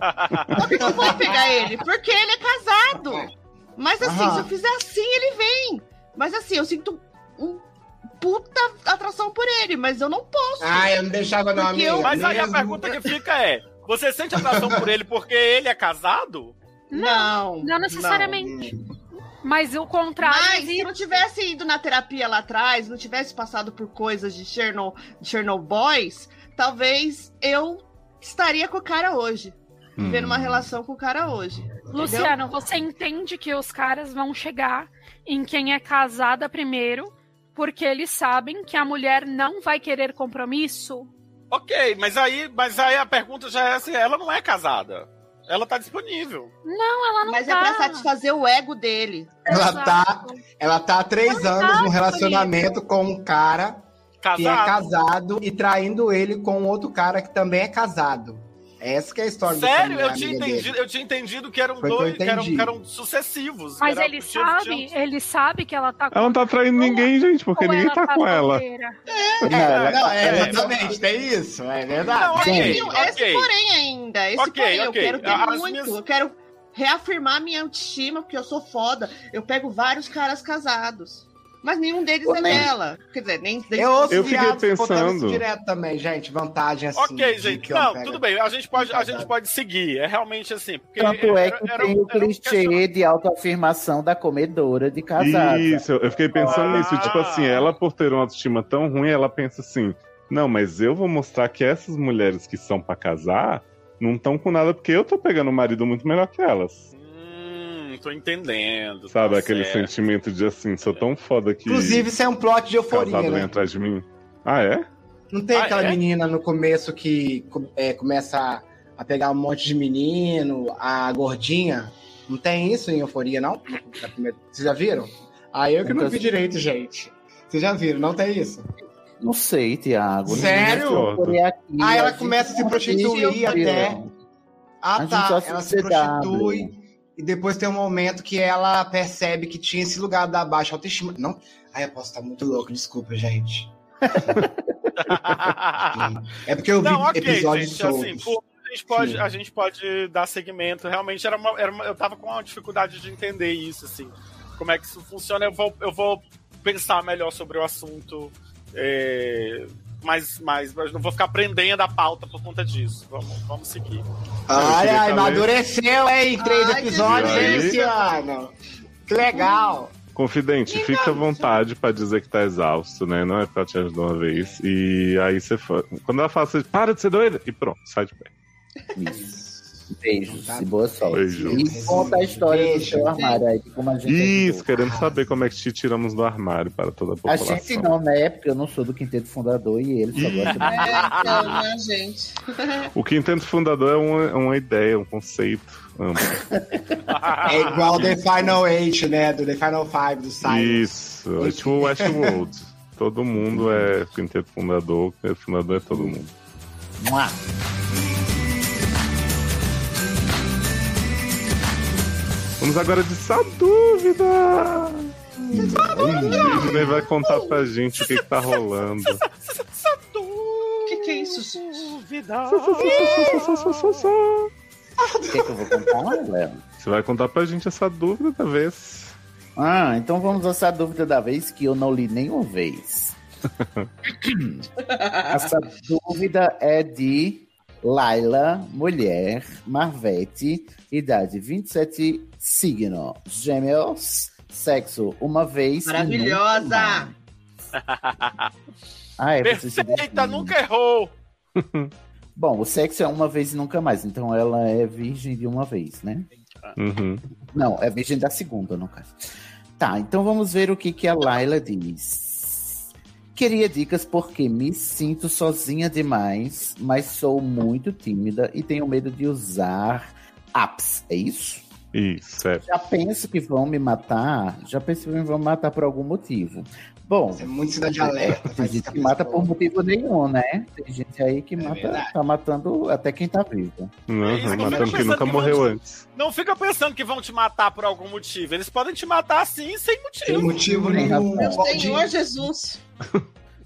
Só que eu não vou pegar ele, porque ele é casado. Tá Mas assim, Aham. se eu fizer assim, ele vem. Mas assim, eu sinto um puta atração por ele, mas eu não posso. Ah, eu não deixava não, Porque amiga. eu- Mas aí a Mesmo- pergunta que fica é: você sente atração por ele porque ele é casado? não, Não necessariamente. Mas o contrário. é Mas se existe. não tivesse ido na terapia lá atrás, não tivesse passado por coisas de Chernobyl, Chernobyls, talvez eu estaria com o cara hoje. Vivendo Hum. uma relação com o cara hoje. Luciano, você entende que os caras vão chegar em quem é casada primeiro, porque eles sabem que a mulher não vai querer compromisso? Ok, mas aí, mas aí a pergunta já é assim: ela não é casada. Ela tá disponível. Não, ela não Mas tá. é pra satisfazer o ego dele. Ela Exato. tá, ela tá há três Ela anos tá num relacionamento com um cara que é Casada. casado e traindo ele com outro cara que também é casado. Essa que é a história dessa Sério, mulher, eu tinha, amiga entendido, dele. eu tinha entendido que eram Foi que eu dois, que eram, entendi. que eram sucessivos. que Mas era- ele tinha- sabe, tinha- ele sabe que ela tá Ela não tá traindo ninguém, gente, porque ou ninguém tá, com ela. solteira. Não, ela- Não, é, É. exatamente, tem isso, é verdade. Não, Sim. ok, Esse, ok. porém ainda. Esse Ok, porém, eu ok. quero ter As muito. minhas- Eu quero reafirmar minha autoestima, porque eu sou foda. Eu pego vários caras casados. Mas nenhum deles Ô, é Ney. dela. Quer dizer, nem. nem- Eu ouço Eu fiquei viados contando isso pensando. direto também, gente, vantagem assim. Ok, de gente. que homem Não, pega. tudo bem. A gente pode, a Casado. gente pode seguir. É realmente assim. Porque Tanto é era- que era- tem o era um clichê de autoafirmação da comedora de casada. Isso, eu fiquei pensando Ah. nisso. Tipo assim, ela por ter uma autoestima tão ruim, ela pensa assim: não, mas eu vou mostrar que essas mulheres que são pra casar não estão com nada, porque eu tô pegando um marido muito melhor que elas. Hum, tô entendendo. Sabe, tá aquele certo. sentimento de assim, sou tão foda que Inclusive, isso é um plot de euforia, casado vem né? atrás de mim. Ah, é? Não tem Ah, aquela é? menina no começo que co- é, começa a- a pegar um monte de menino, a gordinha? Não tem isso em euforia, não? Na primeira- Vocês já viram? Ah, eu que não Nunca vi vi. direito, gente. Vocês já viram, não tem isso. Não sei, Tiago. Sério? Ah, ela começa a se prostituir até. A Ah, gente tá. já Ela se sociedade. prostitui. E depois tem um momento que ela percebe que tinha esse lugar da baixa autoestima. Não. Ai, eu posso estar muito louco, desculpa, gente. É porque eu vi Não, ok, episódios gente. Assim, soltos. pô, a, gente pode, Sim. a gente pode dar seguimento. Realmente, era uma, era uma- eu tava com uma dificuldade de entender isso, assim. Como é que isso funciona. Eu vou, eu vou pensar melhor sobre o assunto. É, mas, mas, mas não vou ficar prendendo a pauta por conta disso. Vamos, vamos seguir. Ai, Eu queria ai, saber- amadureceu, hein? Em três Ai, episódios, Jesus. hein, Luciano? Que legal. Confidente, fica à vontade pra dizer que tá exausto, né? Não é pra te ajudar uma vez. assim, E aí você. fa- Quando ela fala, você para de ser doida e pronto, sai de pé. Isso. Beijos e boa sorte. Beijo. E conta a história do Tá Beijo. seu Ah. armário aí, de como a gente. é Isso, ajudou. queremos saber como é que te tiramos do armário para toda a A população. gente não, né? Porque eu não sou do quinteto fundador e ele só gosta É, de... então, né, gente? O Quinteto Fundador é uma, uma ideia, um conceito. Amo. É igual The Final Eight, né? Do The Final Five, do Simon. Isso, é tipo Westworld. Todo mundo é Quinteto Fundador, o Quinteto Fundador é todo mundo. Mua. Vamos agora de Só Dúvida! Hum, O Disney vai contar pra gente o que, que tá rolando. O que, que é isso, gente? Dúvida. O que, que eu vou contar, Léo? Você vai contar pra gente essa dúvida da vez. Ah, então vamos a essa dúvida da vez que eu não li nenhuma vez. essa dúvida é de Laila, mulher, Marvete, idade 27, signo, gêmeos, sexo uma vez. e nunca Maravilhosa! mais. Ah, é, você se Perfeita, define. nunca errou. Bom, o sexo é uma vez e nunca mais, então ela é virgem de uma vez, né? Uhum. Não, é virgem da segunda, no caso. Tá, então vamos ver o que, que a Laila diz. Queria dicas porque me sinto sozinha demais, mas sou muito tímida e tenho medo de usar apps. É isso? Isso, é. Já penso que vão me matar. Já penso que vão me matar por algum motivo. Bom, Isso é muito cidade alerta. tem faz gente que isso mata com a por motivo nenhum, né? Tem gente aí que mata, verdade. tá matando até quem tá vivo. Uhum, isso, matando quem eu nunca pensando que morreu vamos- antes. Não fica pensando que vão te matar por algum motivo. Eles podem te matar assim, sem Sem motivo. motivo nenhum. Meu Senhor Jesus.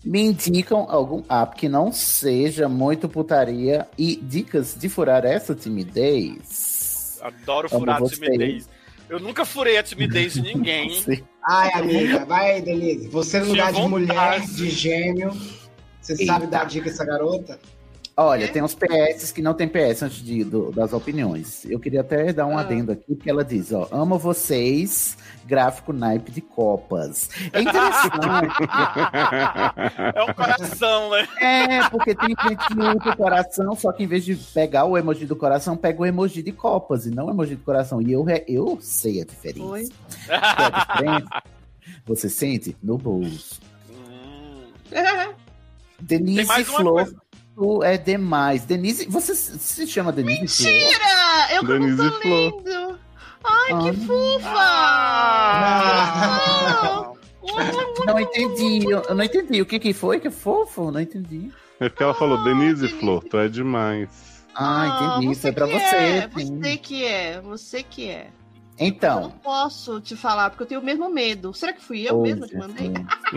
Me indicam algum app que não seja muito putaria e dicas de furar essa timidez? Adoro Amo furar a você. timidez. Eu nunca furei a timidez de ninguém. Ai, amiga, vai, Denise. Você no lugar de Tinha mulher, vontade. de gêmeo. Você Eita. sabe dar dica a essa garota? Olha, tem uns PS que não tem PS antes de- do- das opiniões. Eu queria até dar um Ah. adendo aqui, porque ela diz, ó, amo vocês, gráfico naipe de copas. É interessante, é um coração, né? é, porque tem gente que usa o coração, só que em vez de pegar o emoji do coração, pega o emoji de copas e não o emoji do coração. E eu, re- eu sei a diferença. Oi. Que a diferença você sente no bolso. Hum. Tem Denise mais uma Flor, coisa. tu é demais. Denise, você se se chama Denise Flor? Mentira! Ah, Eu como Denise tô Flor. lindo! Ai, Ah, que fofa! Ah! não entendi. Eu, eu não entendi. O que que foi? Que fofo? Não entendi. É porque ela falou, Ah, Denise Denise. Flor, tu é demais. Ah, entendi. Foi pra que você. É, sim. você que é, você que é. Eu não Então. posso te falar, porque eu tenho o mesmo medo. Será que fui é. eu Ô, mesma que Jesus. mandei?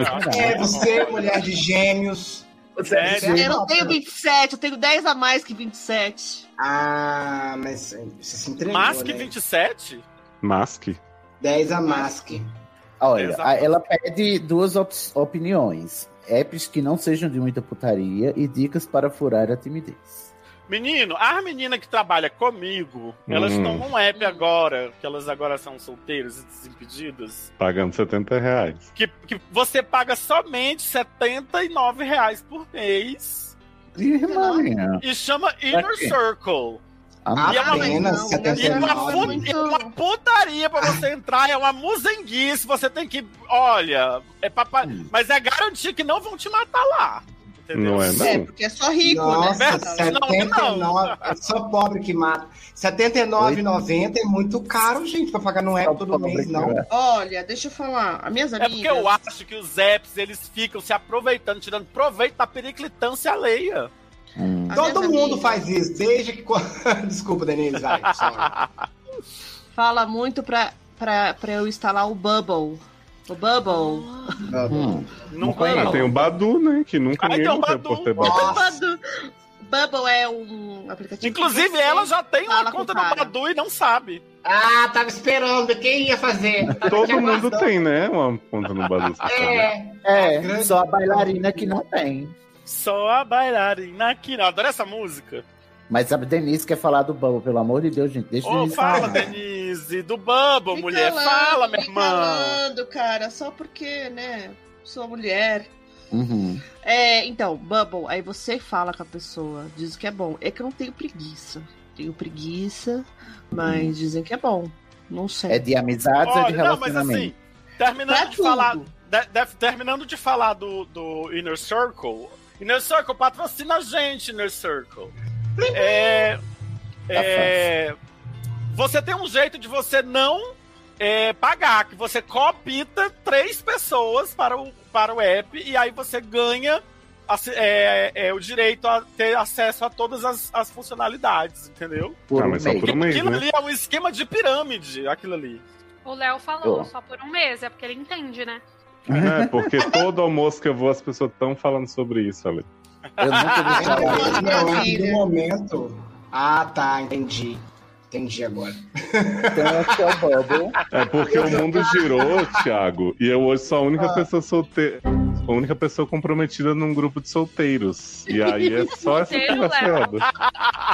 Caralho. É você, mulher é de gêmeos. Sério? Eu não tenho 27, eu tenho 10 a mais que 27. Ah, mas você se entregou, Mas que né? 27? Mask? 10 a Mask. Olha, Exato. a- ela pede duas op- opiniões. Apps que não sejam de muita putaria e dicas para furar a timidez. Menino, a menina que trabalha comigo, elas Hum. estão num app agora, que elas agora são solteiras e desimpedidas, Pagando 70 reais. que, que você paga somente R$ 79 reais por mês Irmã minha. Ah. e chama Pra Inner quê? Circle. Ah, E é uma- Apenas E uma, 79. pu- e uma putaria pra você entrar, é uma musanguice, você tem que. Olha, é papai. Hum. Mas é garantir que não vão te matar lá. Entendeu? Não é, não? É, porque é só rico, Nossa, né? né? Não, não. 79. É só pobre que mata. 79,90 é muito caro, gente, pra pagar no Só app todo pobre mês, que não. é. Olha, deixa eu falar. As minhas É amigas. porque eu acho que os apps, eles ficam se aproveitando, tirando proveito da periclitância alheia. Hum. As Todo minhas mundo amigas faz isso, desde que. Desculpa, Denise, vai. sorry. Fala muito pra, pra, pra eu instalar o Bubble. O Bubble. Hum. Não conheço. Ah, tem o Badu, né? Que nunca Ah, ninguém tem o morreu Badu. por ter Badu. O Nossa. Badu- Bubble é um aplicativo. que Inclusive, você- ela já tem uma Fala com conta o do cara. Badu e não sabe. Ah, tava esperando. Quem ia fazer? Tava aqui Todo mundo aguardando. tem, né? Uma conta no Badu. É. É. É, grande- só a bailarina que não tem. Só a bailarina aqui. Eu adoro essa música. Mas a Denise quer falar do Bubble, pelo amor de Deus, gente. Deixa Ô, Denise fala, falar. Denise, do Bubble, Me mulher. calando, fala, minha me irmã. calando, cara, só porque, né, sou mulher. Uhum. É, então, Bubble, aí você fala com a pessoa, diz o que é bom. É que eu não tenho preguiça. Tenho preguiça, mas dizem que é bom. Não sei. É de amizades ou de Olha, não, mas relacionamento? assim, terminando Pra de Tá tudo. falar, de- de- terminando de falar do, do Inner Circle, Inner Circle patrocina a gente, Inner Circle. É, é, você tem um jeito de você não é, pagar, que você copita três pessoas para o, para o app e aí você ganha assi- é, é, o direito a ter acesso a todas as, as funcionalidades, entendeu? por Ah, um mas só mês. por um mês, aquilo né? ali é um esquema de pirâmide, aquilo ali. O Léo falou, Ó. só por um mês, é porque ele entende, né? É, porque todo almoço que eu vou, as pessoas estão falando sobre isso, Ale. Eu nunca vi falar. gosto de Ah, Não, é que Brasília. no momento. Ah, tá, entendi. Entendi agora. Então, esse é o Bubble. É porque o mundo girou, Thiago, e eu hoje sou a única pessoa solteira. A única pessoa comprometida num grupo de solteiros. E aí é só essa Solteiro, Léo. palhaçada.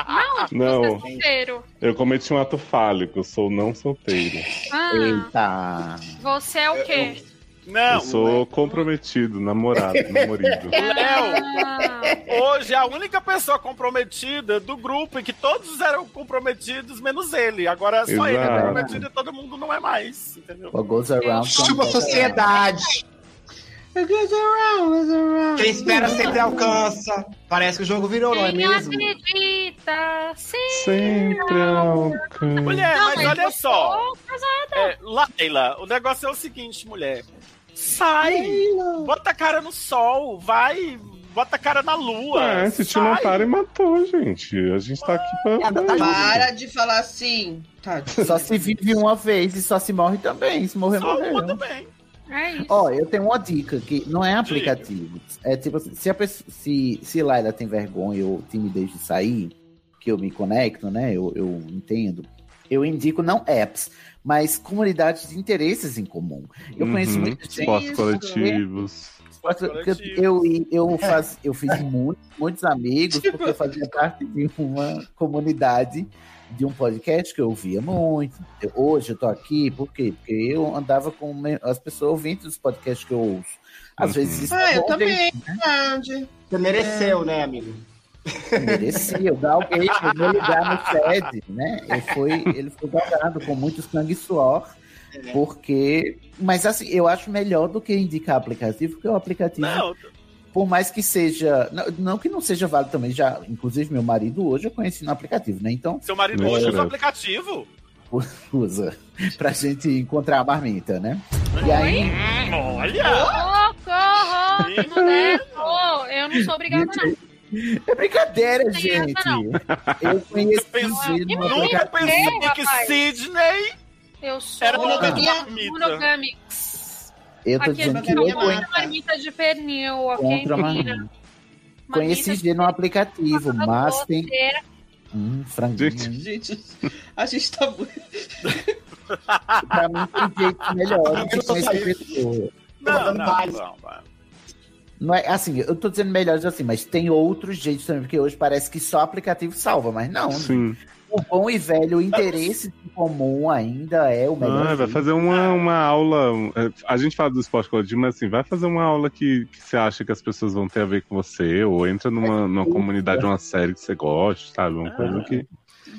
Não, você é Não, solteiro. eu cometi um ato fálico, eu sou não solteiro. Ah, Eita. você é o quê? Não, eu sou comprometido, namorado, namorido. Ah, Hoje é a única pessoa comprometida do grupo em que todos eram comprometidos, menos ele. Agora só ele é Exato. comprometido e todo mundo não é mais, entendeu? What goes around comes Chupa a around. sociedade. Quem espera sempre alcança. Parece que o jogo virou, não é Quem mesmo? acredita? Sim. Sempre é um alcança. Mulher, Não, mas mas olha eu só. sou casada. É, Laila, o negócio é o seguinte, mulher. Sai! Bota a cara no sol, vai, bota a cara na lua. É, se te sai. mataram e matou, gente. A gente tá aqui pra. pra Para de falar assim. Tá. Tadinho. Só se vive uma vez e só se morre também. Se morrer, Só muito morreu. bem. É isso. Ó, eu tenho uma dica que não é aplicativo. É tipo assim, se a pessoa, se, se Laila tem vergonha ou timidez de sair, que eu me conecto, né? Eu, eu entendo. Eu indico não apps, mas comunidades de interesses em comum. Eu conheço Uhum. muita gente. Esportes Isso. coletivos. Porque Coletivo. eu, eu, faz, eu fiz muitos, muitos amigos, Tipo porque eu fazia parte de uma comunidade de um podcast que eu ouvia muito. Eu- Hoje eu tô aqui, por quê? Porque eu andava com me- as pessoas ouvintes dos podcasts que eu ouço. Às Uhum. vezes isso Ah, é eu bom, também, né? verdade. Você mereceu, né, amigo? eu mereci, eu galguei o meu lugar no sede, né? Eu fui, ele foi galgado com muito sangue e suor, É. porque... Mas assim, eu acho melhor do que indicar aplicativo, porque o aplicativo Não, por mais que seja. Não, não que não seja válido também, já. Inclusive, meu marido hoje eu conheci no aplicativo, né? Então, seu marido Não hoje usa era. o aplicativo. usa pra gente encontrar a marmita, né? E aí. Hum, olha! Socorro! Não Menino. devo. Eu não sou obrigada, não. É brincadeira, Não tem essa, gente! não. Eu conheci Pensou- gente no Nunca aplicativo. pensei É, que rapaz. Sidney Eu sou era o nome de Olha, marmita. monogamics. Eu tô Aqui a dizendo gente que tá eu Monogâmica. uma marmita de pernil, ok? encontro a menina? marmita. Marmita Conheci de gente no aplicativo, pernil, é mas tem. doce. Hum, franguinho. hein? Gente, a gente tá muito. Pra mim tem jeito melhor do que conhecer pessoa. Não, não, Mandando vários. não, não. Não é, assim, eu tô dizendo melhores assim, mas tem outros jeitos também, porque hoje parece que só aplicativo salva, mas não. Sim. O bom e velho interesse em comum ainda é o melhor. Ah, vai jeito. fazer uma, uma aula. é, A gente fala do esporte coletivo, mas assim, vai fazer uma aula que, que você acha que as pessoas vão ter a ver com você, ou entra numa, numa comunidade, uma série que você gosta, sabe? Uma coisa que.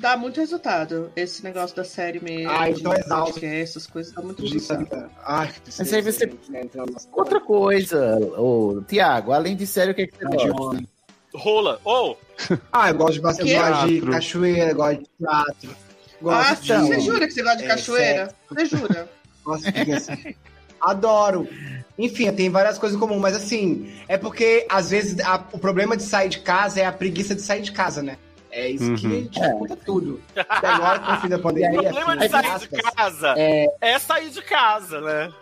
Dá muito resultado esse negócio da série mesmo. Ai, tô de exausto. podcast, Essas coisas dá muito Disso resultado. ainda. Ai, que tristeza, Mas aí você- gente, entrando nas Outra coisa, ô, Tiago, além de sério, o que, é que você coisas de gosta? homem. Rola. Ou, Ah, eu gosto de bastante Que? eu gosto de Teatro. cachoeira, eu gosto de teatro. Gosto Ah, de... então. tá. você jura que você gosta de É, cachoeira? Você jura? Gosto de assim. Adoro. Enfim, tem várias coisas em comum, mas assim, é porque às vezes a- o problema de sair de casa é a preguiça de sair de casa, né? É isso que Uhum. dificulta tudo. E agora, com o fim da É. pandemia, o problema de assim, sair de aspas, casa é... sair de casa, né?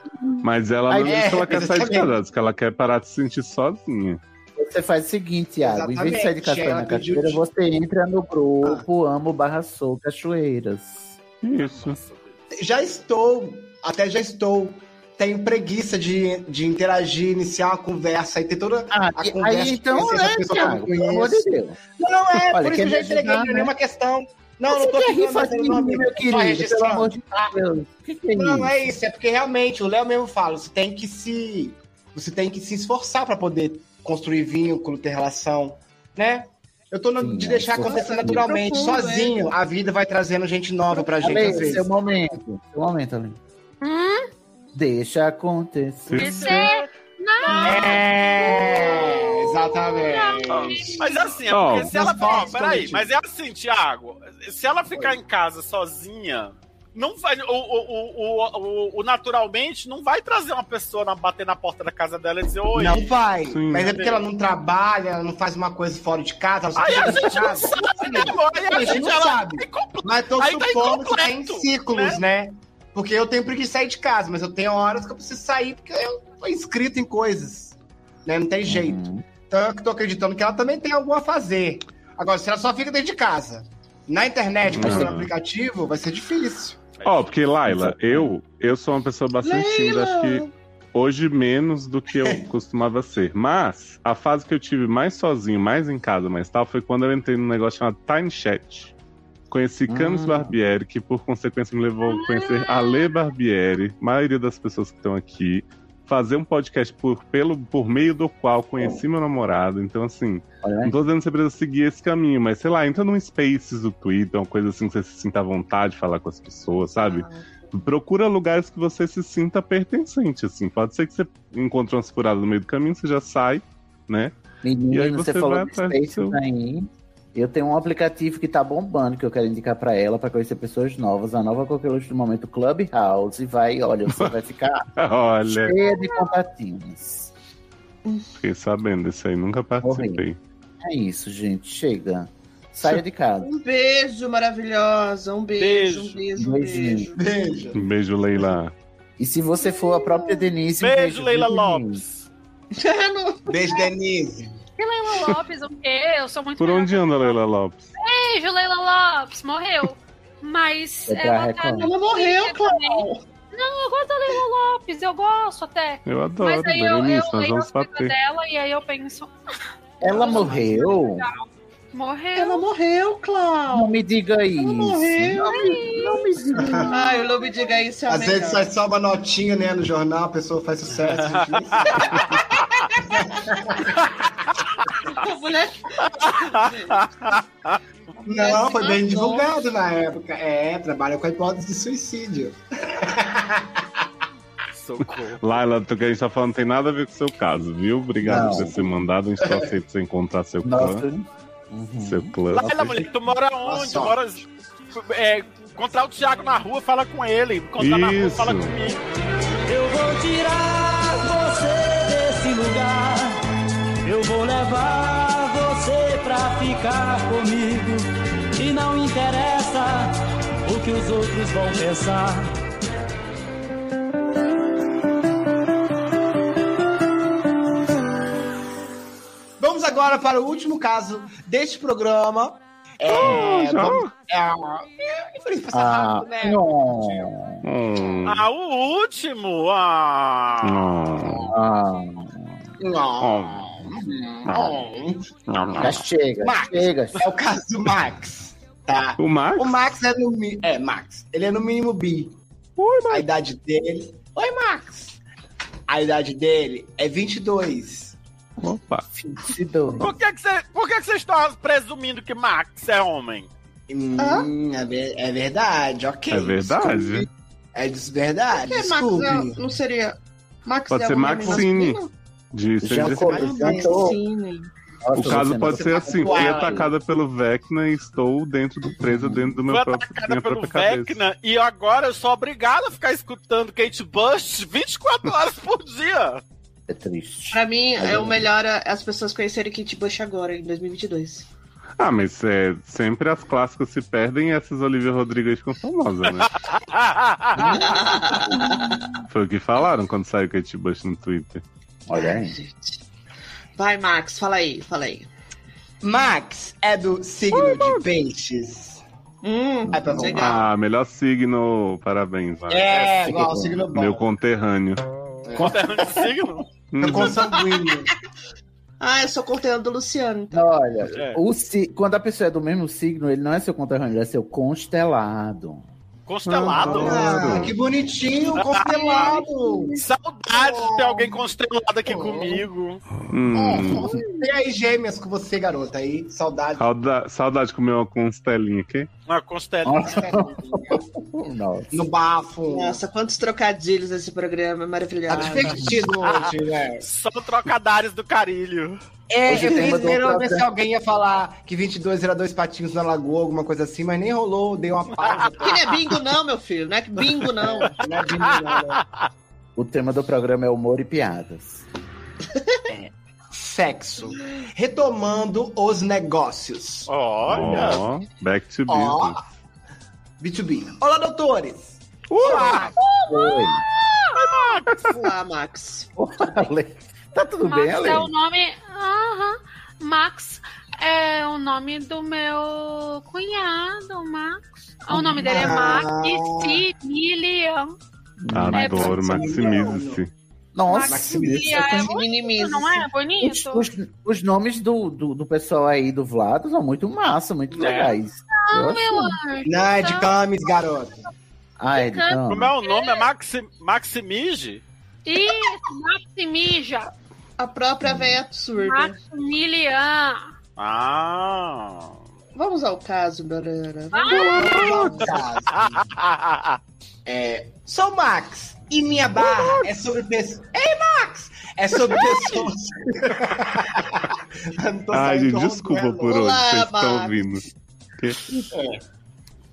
Mas ela não Aí- diz que ela é, quer sair de exatamente. casa, diz que ela quer parar de se sentir sozinha. Você faz o seguinte, Tiago, em vez de sair de Exatamente, cachoeira ela na pediu cachoeira, de- você entra no grupo Ah. Amo Barra Sou Cachoeiras. Isso. Já estou, até já estou. Tenho preguiça de, de interagir, iniciar uma conversa e ter toda. Ah, A e- conversa aí então, com essa né, pessoa que eu Tiago? conheço. Pelo amor de Deus. Não, não é, Olha, por isso quer que eu já me entreguei, ajudar, não é né? nenhuma questão. Não, você não tô quer rir ficando fazendo não, isso, meu querido, pelo registrando. amor de Deus. O que, que é Não, isso? é isso, é porque realmente, o Léo mesmo fala, você tem que se. Você tem que se esforçar para poder construir vínculo, ter relação, né? Eu tô no- Sim, de deixar é, acontecer é naturalmente, profundo, sozinho. A vida vai trazendo gente nova pra gente, é às Ale, vezes. seu momento. Seu momento, Ale. Hum, Deixa acontecer. você É, Ah, exatamente. Mas assim, é Ó, porque se mas ela. Ó, posso, peraí, Toledo? mas é assim, Thiago. Se ela ficar em casa sozinha, não vai. O, o, o, o, o- o naturalmente não vai trazer uma pessoa na, bater na porta da casa dela e dizer, oi. Não vai. Sim. Mas é porque ela não trabalha, ela não faz uma coisa fora de casa. Ela só Aí a gente não fica dentro de casa. sabe, né, amor? Aí A a gente gente não ela sabe. é compl- Mas tô Aí tá supondo que tá em incompleto, ciclos, né? Porque eu tenho preguiça de sair de casa, mas eu tenho horas que eu preciso sair porque eu tô inscrito em coisas. Né? Não tem jeito. Uhum. Então eu tô acreditando que ela também tem algo a fazer. Agora, se ela só fica dentro de casa, na internet, Não. no aplicativo, vai ser difícil. Ó, porque Laila, eu, eu sou uma pessoa bastante tímida, acho que hoje menos do que eu costumava ser. Mas a fase que eu tive mais sozinho, mais em casa, mais tal, foi quando eu entrei num negócio chamado Time Chat. Conheci Ah. Camus Barbieri, que por consequência me levou a conhecer Ale Barbieri, maioria das pessoas que estão aqui, fazer um podcast por, pelo, por meio do qual conheci meu namorado. Então, assim, Olha não aí. tô dizendo que você precisa seguir esse caminho, mas sei lá, entra num Spaces do Twitter, uma coisa assim que você se sinta à vontade de falar com as pessoas, sabe? Procura lugares que você se sinta pertencente, assim. Pode ser que você encontre umas furadas no meio do caminho, você já sai, né? E aí Menino, você você, vai falou de atrás do Space seu- aí. Eu tenho um aplicativo que tá bombando, que eu quero indicar pra ela, pra conhecer pessoas novas. A nova coqueluche do momento, Clubhouse. E vai, olha, você vai ficar Olha, cheia de contatinhos. fiquei sabendo disso aí, nunca participei. É isso, gente. Chega. Saia de casa. Um beijo maravilhosa, um beijo, um beijo, um Beijinho. beijo. Veja. Um beijo, Leila. E se você for a própria Denise. um Beijo, Leila Denise. Não- Beijo, Denise. e Leila Lopes, o quê? Eu sou muito. Por onde melhor. anda, Leila Lopes? Beijo, Leila Lopes, morreu. Mas É pra ela tá. reclamar. Ela morreu, Clau. Não, eu gosto da Leila Lopes, eu gosto até. Eu adoro, Mas aí eu, eu Berenice, nós leio vamos as coisas bater. dela e aí eu penso, Ela morreu? morreu. Ela morreu, Clau. Não me diga isso. morreu. Não me, não me diga isso. Ai, o Lobo diga isso é a Às vezes melhor. sai só uma notinha né, no jornal, a pessoa faz sucesso. a gente nem sabe. A mulher Não, foi bem divulgado na época. É, trabalha com a hipótese de suicídio. Socorro. Laila, o que a gente tá falando não tem nada a ver com o seu caso, viu? Obrigado Não. por ter mandado. A gente só aceita você encontrar seu Nossa. clã. Uhum. Seu clã. Laila, mulher, tu mora onde? Tu mora. É, encontrar o Thiago na rua, fala com ele. Encontrar na rua, Isso. fala comigo. Eu vou tirar você desse lugar. Eu vou levar você pra ficar comigo. E não interessa o que os outros vão pensar. Vamos agora para o último caso deste programa. É, já? vamos- é, é, infelizmente passa Ah, rápido, né? não. Hum. Ah, o último! Ah. Hum. Ah, Não. Não. já chega, Mas- chega. Ah, É o caso do Max, tá? O Max? O Max é no mi- é Max. Ele é no mínimo bi. A idade dele. Oi, Max. A idade dele é 22. Opa. Se doe. Por que que você- por que que vocês estão presumindo que Max é homem? Hum, é, ver- é verdade, ok. É verdade. É des- "Ah, verdade. que é desculpe. Max, não seria... Max Pode é ser um nome Maxine. masculino? Diz, sem Já dizer- coube, mais já tô- Maxine. Nossa, é o caso Luciana, pode você ser tá assim: com fui ela. atacada pelo Vecna e estou dentro do presa dentro do meu Foi próprio atacada minha pelo própria cabeça. Vecna e agora eu sou obrigado a ficar escutando Kate Bush 24 horas por dia. É triste. Pra mim, é o melhor é as pessoas conhecerem Kate Bush agora, em 2022. Ah, mas é, sempre as clássicas se perdem e essas Olivia Rodrigues ficam famosas, né? Foi o que falaram quando saiu Kate Bush no Twitter. Olha aí. Gente. Vai, Max, fala aí, fala aí. Max é do signo de peixes. Hum, Ai, pra voltar. legal. Ah, melhor signo. Parabéns, vai. É, igual o signo bom. Meu conterrâneo. Conterrâneo de signo? Meu Uhum. É consanguíneo. Ah, eu sou conteúdo do Luciano. Olha, É. o si- quando a pessoa é do mesmo signo, ele não é seu conterrâneo, ele é seu constelado. Constelado? Ah, que bonitinho, constelado. Saudade de ter alguém constelado aqui comigo. Hum. E aí, gêmeas, com você, garota, aí, saudade. Sauda- saudade de comer uma constelinha aqui. Uma constelinha. Nossa. No bafo. Nossa, quantos trocadilhos esse programa, é Tá maravilhoso. divertido hoje, né? Só trocadários do carilho. É, Hoje eu o queria tema do esperar ver programa- se alguém ia falar que 22 era dois patinhos na lagoa, alguma coisa assim, mas nem rolou, deu uma pausa. Que não é bingo, não, meu filho. Não é bingo, não. Não é bingo, não, né? O tema do programa é humor e piadas. Sexo. Retomando os negócios. Olha. Ó, back to Ó. business. B2B. Olá, doutores! Oi. Ah, Max. Ale. Tá tudo Max bem, Ale? é o nome. Aham. Max é o nome do meu cunhado, Max. O nome dele é Maximilian. Ah, Adoro, Maximiliano. maximize-se. Nossa, Maximilian é Se minimiza. bonito, não é? os, Bonito. os- os nomes do, do, do pessoal aí do Vlado são muito massa, muito legais. Eu Não, acho- meu anjo. Não, é de camis, garoto. Ah, é, então. Como é o nome? É Maxi... Maximige? Isso, Maximija. A própria véia Ah. absurda. Maximilian. Ah. Vamos ao caso, Barana. Ah, É, sou Max e minha barra é sobre pessoas. Ei, Max! É sobre pessoas. Eu não tô um Ai, saindo gente, desculpa rompendo. por hoje, Olá, vocês estão Max. ouvindo.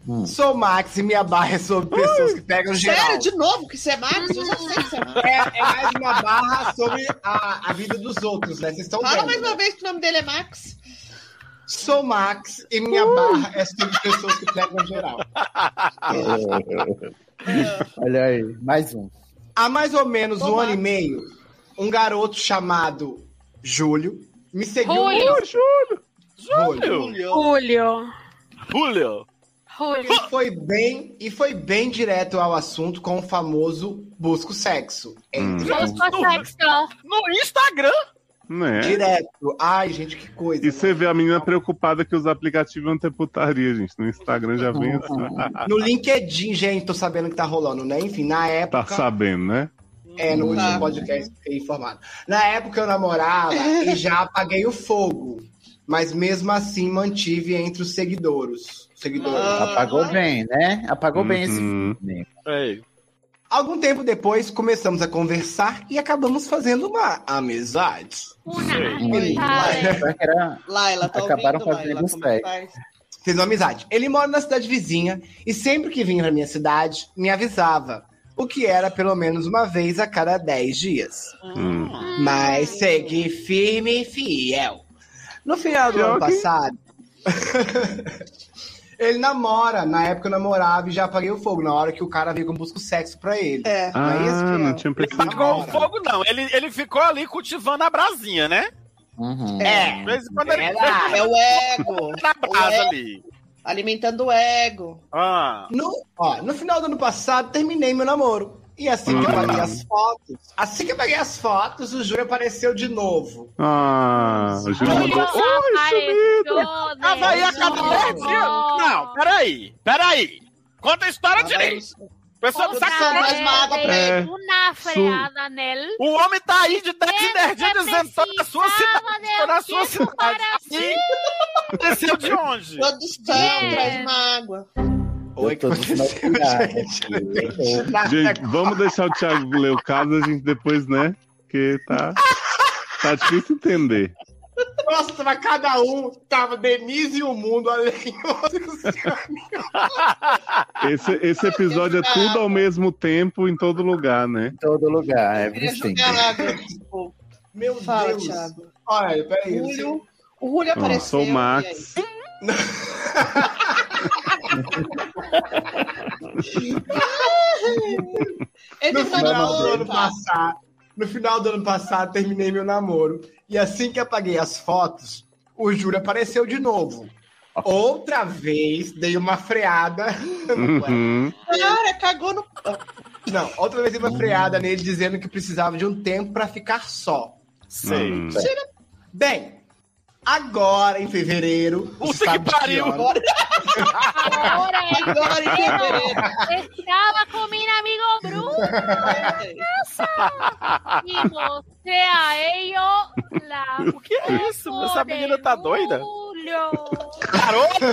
hum, Sou Max e minha barra é sobre pessoas que pegam geral. Sério, de novo, que você é Max? Eu já sei que você é Max. É, é mais uma barra sobre a, a vida dos outros, né? Vocês Hum. estão Fala vendo. mais né? uma vez que o nome dele é Max. Sou Max e minha barra é sobre pessoas que pegam geral. Olha aí, mais um. Há mais ou menos um Ô, ano e Max. meio, um garoto chamado Júlio me seguiu Júlio. no Júlio. Julio. Julio. Julio. E foi bem e foi bem direto ao assunto com o famoso busco sexo. Hum, Entre Eu sou sexta. No Instagram? Né? direto. Ai, gente, que coisa. E você vê a menina preocupada que os aplicativos vão ter putaria, gente. No Instagram já vem assim. No LinkedIn, gente, tô sabendo que tá rolando, né? Enfim, na época. Tá sabendo, né? É, no último Tá. podcast fiquei informado. Na época eu namorava e já apaguei o fogo. Mas mesmo assim mantive entre os seguidores. seguidores. Ah. Apagou bem, né? Apagou bem esse Uhum. filme. Ei. Algum tempo depois começamos a conversar e acabamos fazendo uma amizade. Una. Oi. Ai. Será que era- Laila, tá Acabaram ouvindo, fazendo Laila, como que sexo. faz? Fez uma amizade. Ele mora na cidade vizinha e sempre que vinha pra minha cidade, me avisava. O que era pelo menos uma vez a cada 10 dias. Uhum. Hum. Mas segui firme e fiel. No final do Fiel ano que- passado, ele namora. Na época eu namorava e já apaguei o fogo. Na hora que o cara veio com busco sexo pra ele. É. Não é isso, Ah, Fiel? não tinha Ele percebido. pagou o Tá fogo, não. Ele, ele ficou ali cultivando a brasinha, né? Uhum. De É. vez em quando ele Era. É o ego. na brasa É. ali. Alimentando o ego. Ah. No, ó, no final do ano passado, terminei meu namoro. E assim que eu Hum. paguei as fotos, assim que eu paguei as fotos, o Júlio apareceu de novo. Ah, o Júlio Julio mandou. apareceu. Tava aí É. a cada 10 dias. Não, peraí. Peraí. Conta a história direito. Vamos- O pessoal não Vamos sabe dar mais uma água pra ele. É. Uma freada nela. O homem tá aí de 10 em 10 é dias dizendo tô tá na sua cidade, tô na um sua cidade. E aconteceu de onde? Produção, É. traz uma água. Eu tô desnorteado. Eu tô- Gente, vamos deixar o Thiago ler o caso, a gente depois, né? Porque tá. Tá difícil entender. Nossa, mas cada um tava Denise e o mundo além. Esse, esse episódio é tudo ao mesmo tempo, em todo lugar, né? Em todo lugar, é Eu queria Vicente. jogar água. desculpa. Meu Fala, Deus. Thiago. um Olha, É peraí. assim, eu sei- Julio. O Julio Ó, apareceu. sou o Max. e aí? Ele No tá final do de ano boa. passado, no final do ano passado, terminei meu namoro. E assim que apaguei as fotos, o Júlio apareceu de novo. Outra vez, dei uma freada. Uhum. Cara, cagou no. Não, outra vez dei uma freada nele, dizendo que precisava de um tempo pra ficar só. Sei. Hum. Bem, agora, em fevereiro. Puta que pariu! Agora, agora em fevereiro. é. Estava com meu amigo Bruno. Nossa! E você aí, ó, lá. O que é isso? Essa menina tá doida? Joga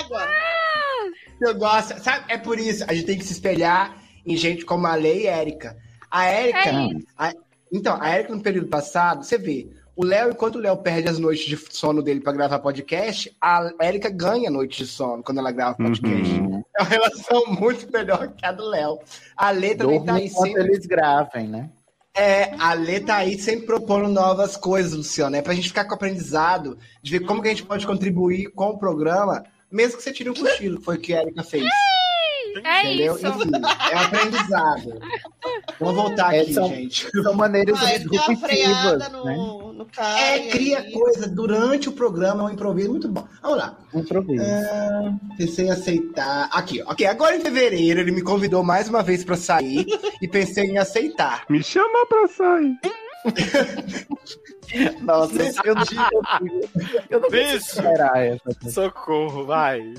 água. Eu gosto. Sabe, é por isso. A gente tem que se espelhar em gente como a Lei e a Érica. A Érica. É isso. a- então, a Érica, no período passado, você vê. O Léo, enquanto o Léo perde as noites de sono dele pra gravar podcast, a Érica ganha noites de sono quando ela grava podcast. Uhum. É uma relação muito melhor que a do Léo. A Lê também tá Dormem aí enquanto sempre. eles gravem, né? É, a Lê tá aí sempre propondo novas coisas, Luciano. É pra gente ficar com o aprendizado, de ver como que a gente pode contribuir com o programa, mesmo que você tire um cochilo, que foi o que a Erika fez. É Entendeu? isso. Enfim, é um aprendizado. Vamos voltar É, aqui, são- gente. São maneiras Vai dar Ah, uma freada disruptivas, no, né? no cara. É, cria aí. coisa durante o programa, é um improviso muito bom. Vamos lá. Um Improviso. Pensei em aceitar. Aqui, ó. ok. Agora em fevereiro ele me convidou mais uma vez pra sair e pensei em aceitar. Me chama pra sair. Nossa, eu não Eu não consigo Bicho. superar essa. Socorro, vai.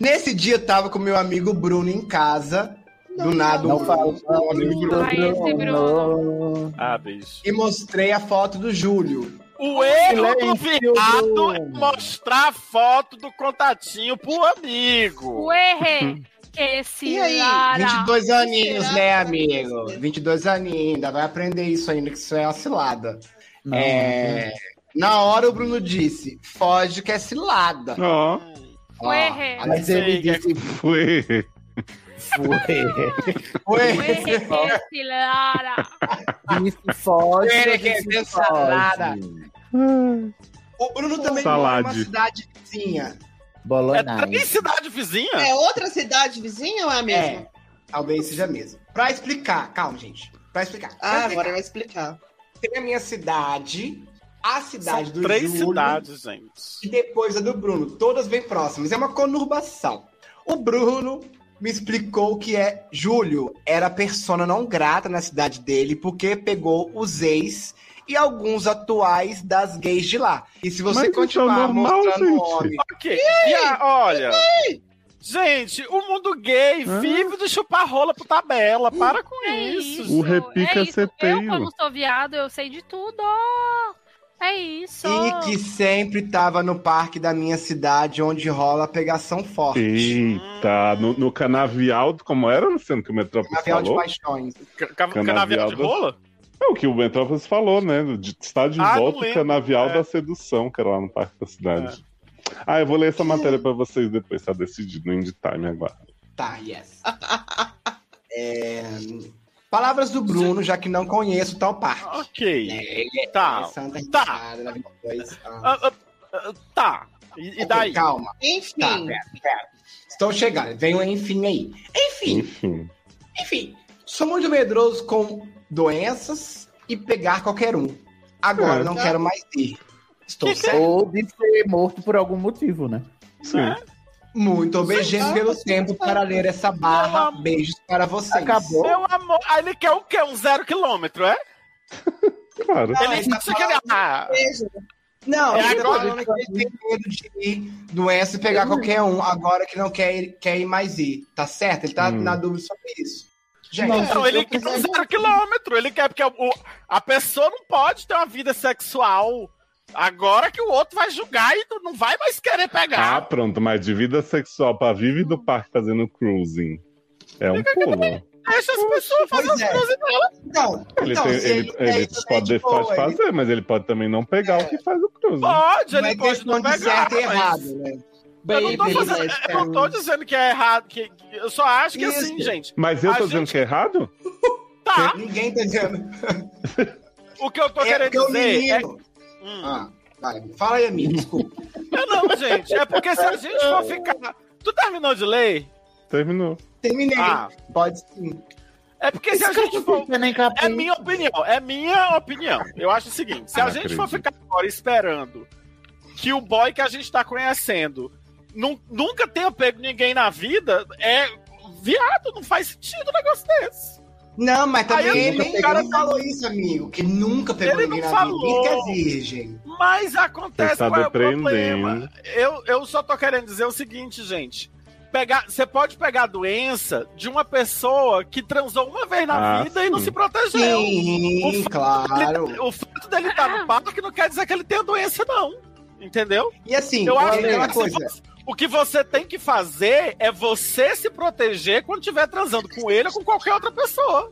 Nesse dia eu tava com meu amigo Bruno em casa, do nada Não um- falo um amigo Bruno, Ai, esse Bruno. Ah, bicho. e mostrei a foto do Júlio. O erro do Silêncio. viado é mostrar a foto do contatinho pro amigo. O erre. Esse E aí? Lara. 22 aninhos, será? né, amigo? 22 aninhos, ainda vai aprender isso ainda, que isso é uma cilada. Não, É, Na hora o Bruno disse, foge que é cilada. Ó, Ó, Errei. aí- Mas ele disse foi. foi. Ué, O erre desse Lara. Disse foge. Ele disse, quer ver foge. salada. O Bruno também é mora Salade. numa cidade vizinha. É Bolonais. três cidades vizinhas? É outra cidade vizinha ou é a mesma? É, talvez seja mesmo. Pra explicar, calma, gente. Pra explicar. Pra Ah, explicar. agora vai explicar. tem a minha cidade, a cidade São do três Júlio cidades, gente. e depois a do Bruno. Todas bem próximas. É uma conurbação. O Bruno me explicou que é Júlio era persona não grata na cidade dele porque pegou os ex e alguns atuais das gays de lá. E se Mas você isso é continuar normal, mostrando gente. homem, Ok. E a- olha. Gente, o mundo gay Ah. vive de chupar rola pro tabela. Para com É isso. isso. O repica é isso. seteiro. Eu, como sou viado, eu sei de tudo. É isso. e que sempre tava no parque da minha cidade onde rola a pegação forte. Eita, no, no canavial, como era, Luciano, que o Metrópolis Afinal de falou? paixões. Ca- ca- Canavial de Canavial do- rola? É o que o Metrópolis falou, né? De estar de Ah, não volta o lembro. canavial É. da sedução, que era lá no Parque da Cidade. Ah, eu vou ler essa matéria pra vocês depois, tá decidido no Indie Time agora. Tá, yes. É, Palavras do Bruno, já que não conheço tal parque. Ok. É, Tá. Santa Tá. Ricardo, na 22. Ah. Ah, ah, ah, tá. E, e Ok, daí? Calma, Enfim, tá, pera, pera. Estou chegando, vem um enfim aí. Enfim, Enfim. enfim. Sou muito medroso com doenças e pegar qualquer um. Agora É. não quero mais ir. Estou sendo Ou de ser morto por algum motivo, né? Sim. muito obediente pelo tempo para ler essa barra. Beijos para vocês. Acabou. Meu amor, aí ele quer o quê? Um zero quilômetro, é? Claro. Não, ele ele tá acha que ele... Ah, beijo. Não, É ele tá agora. falando que ele tem medo de ir doença e pegar qualquer um, agora que não quer ir, quer ir mais ir. Tá certo? Ele tá Hum. na dúvida sobre isso. Gente, então, não, ele quer um zero quilômetro. Ele quer porque o- a pessoa não pode ter uma vida sexual agora que o outro vai julgar e tu não vai mais querer Ah, pegar. pronto, mas de vida sexual pra vive Hum. do parque fazendo cruising. É um pulo. Deixa as pessoas Ah, pois fazerem é. as coisas dela. então, Ele, então, tem- se ele- quer ele ir também, pode, de pode boa, ele- É. fazer, mas ele pode também não pegar o que faz o cruising. Pode, não ele é pode questão não de pegar. certo e mas- errado, né? Eu não, tô Bem, fazendo- bem, eu não tô dizendo que é errado. Que, que- eu só acho que um- Isso. assim, gente. Mas eu A tô dizendo gente- que é errado? Tá, Ninguém tá dizendo. o que eu tô É querendo porque o dizer. é- menino. Hum. Ah, vai, fala aí, amigo, desculpa. Eu não, gente. É porque se a gente for ficar. Tu terminou de ler? Terminou. Terminei. Ah, Pode sim. é porque se a gente um for. Você né, nem É capim. minha opinião, é minha opinião. Eu acho o seguinte: se a Não gente acredito. for ficar agora esperando que o boy que a gente tá conhecendo nu- nunca tenha pego ninguém na vida, é viado, não faz sentido um negócio desse. Não, mas Aí também eu ele nunca nem peguei. cara falou isso, amigo. Que nunca pegou Ele ninguém não na falou. vida. Ele que é virgem. Mas acontece, Está qual é o tá depreendendo. problema? Eu, eu só tô querendo dizer o seguinte, gente. Pegar, você pode pegar a doença de uma pessoa que transou uma vez na Ah, vida e não sim. se protegeu. O Sim, fato claro. Ele- o fato dele estar no parque não quer dizer que ele tenha doença, não. Entendeu? E assim, Eu acho que aquela se coisa. você- o que você tem que fazer é você se proteger quando estiver transando com ele ou com qualquer outra pessoa.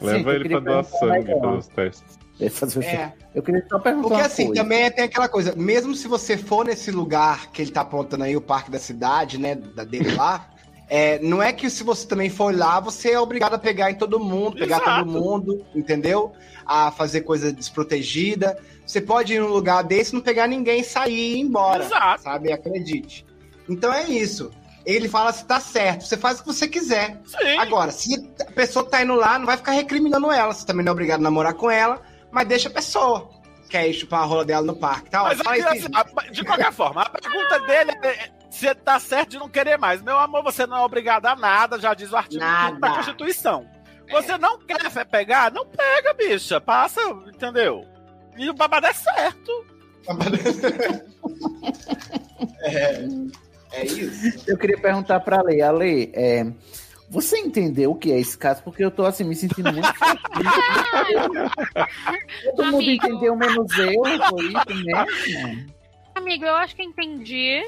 Leva eu ele queria pra doar perguntar, mas sangue não. pelos testes. Eu, ia fazer o É. seguinte. eu queria só perguntar Porque uma assim, coisa. também tem aquela coisa, mesmo se você for nesse lugar que ele tá apontando aí, o parque da cidade, né, da dele lá, é, não é que se você também for lá, você é obrigado a pegar em todo mundo, pegar Exato. todo mundo, entendeu? A fazer coisa desprotegida. Você pode ir num lugar desse, não pegar ninguém, sair e ir embora, Exato. sabe? Acredite. Então é isso. Ele fala se tá certo, você faz o que você quiser. Sim. Agora, se a pessoa tá indo lá, não vai ficar recriminando ela. Você também não é obrigado a namorar com ela, mas deixa a pessoa. Quer ir chupar a rola dela no parque, tá? Mas é assim, Mas Fala a isso. criança- a- de qualquer forma, a pergunta dele é se tá certo de não querer mais. Meu amor, você não é obrigado a nada, já diz o artigo Nada. 5 da Constituição. Você não quer fe- pegar? Não pega, bicha. Passa, entendeu? E o babado é certo. É isso. Eu queria perguntar pra Lei. A Lei, é, você entendeu o que é esse caso? Porque eu tô assim, me sentindo muito. Todo mundo Amigo. entendeu, menos eu. Foi isso né? mesmo? Amigo, eu acho que entendi.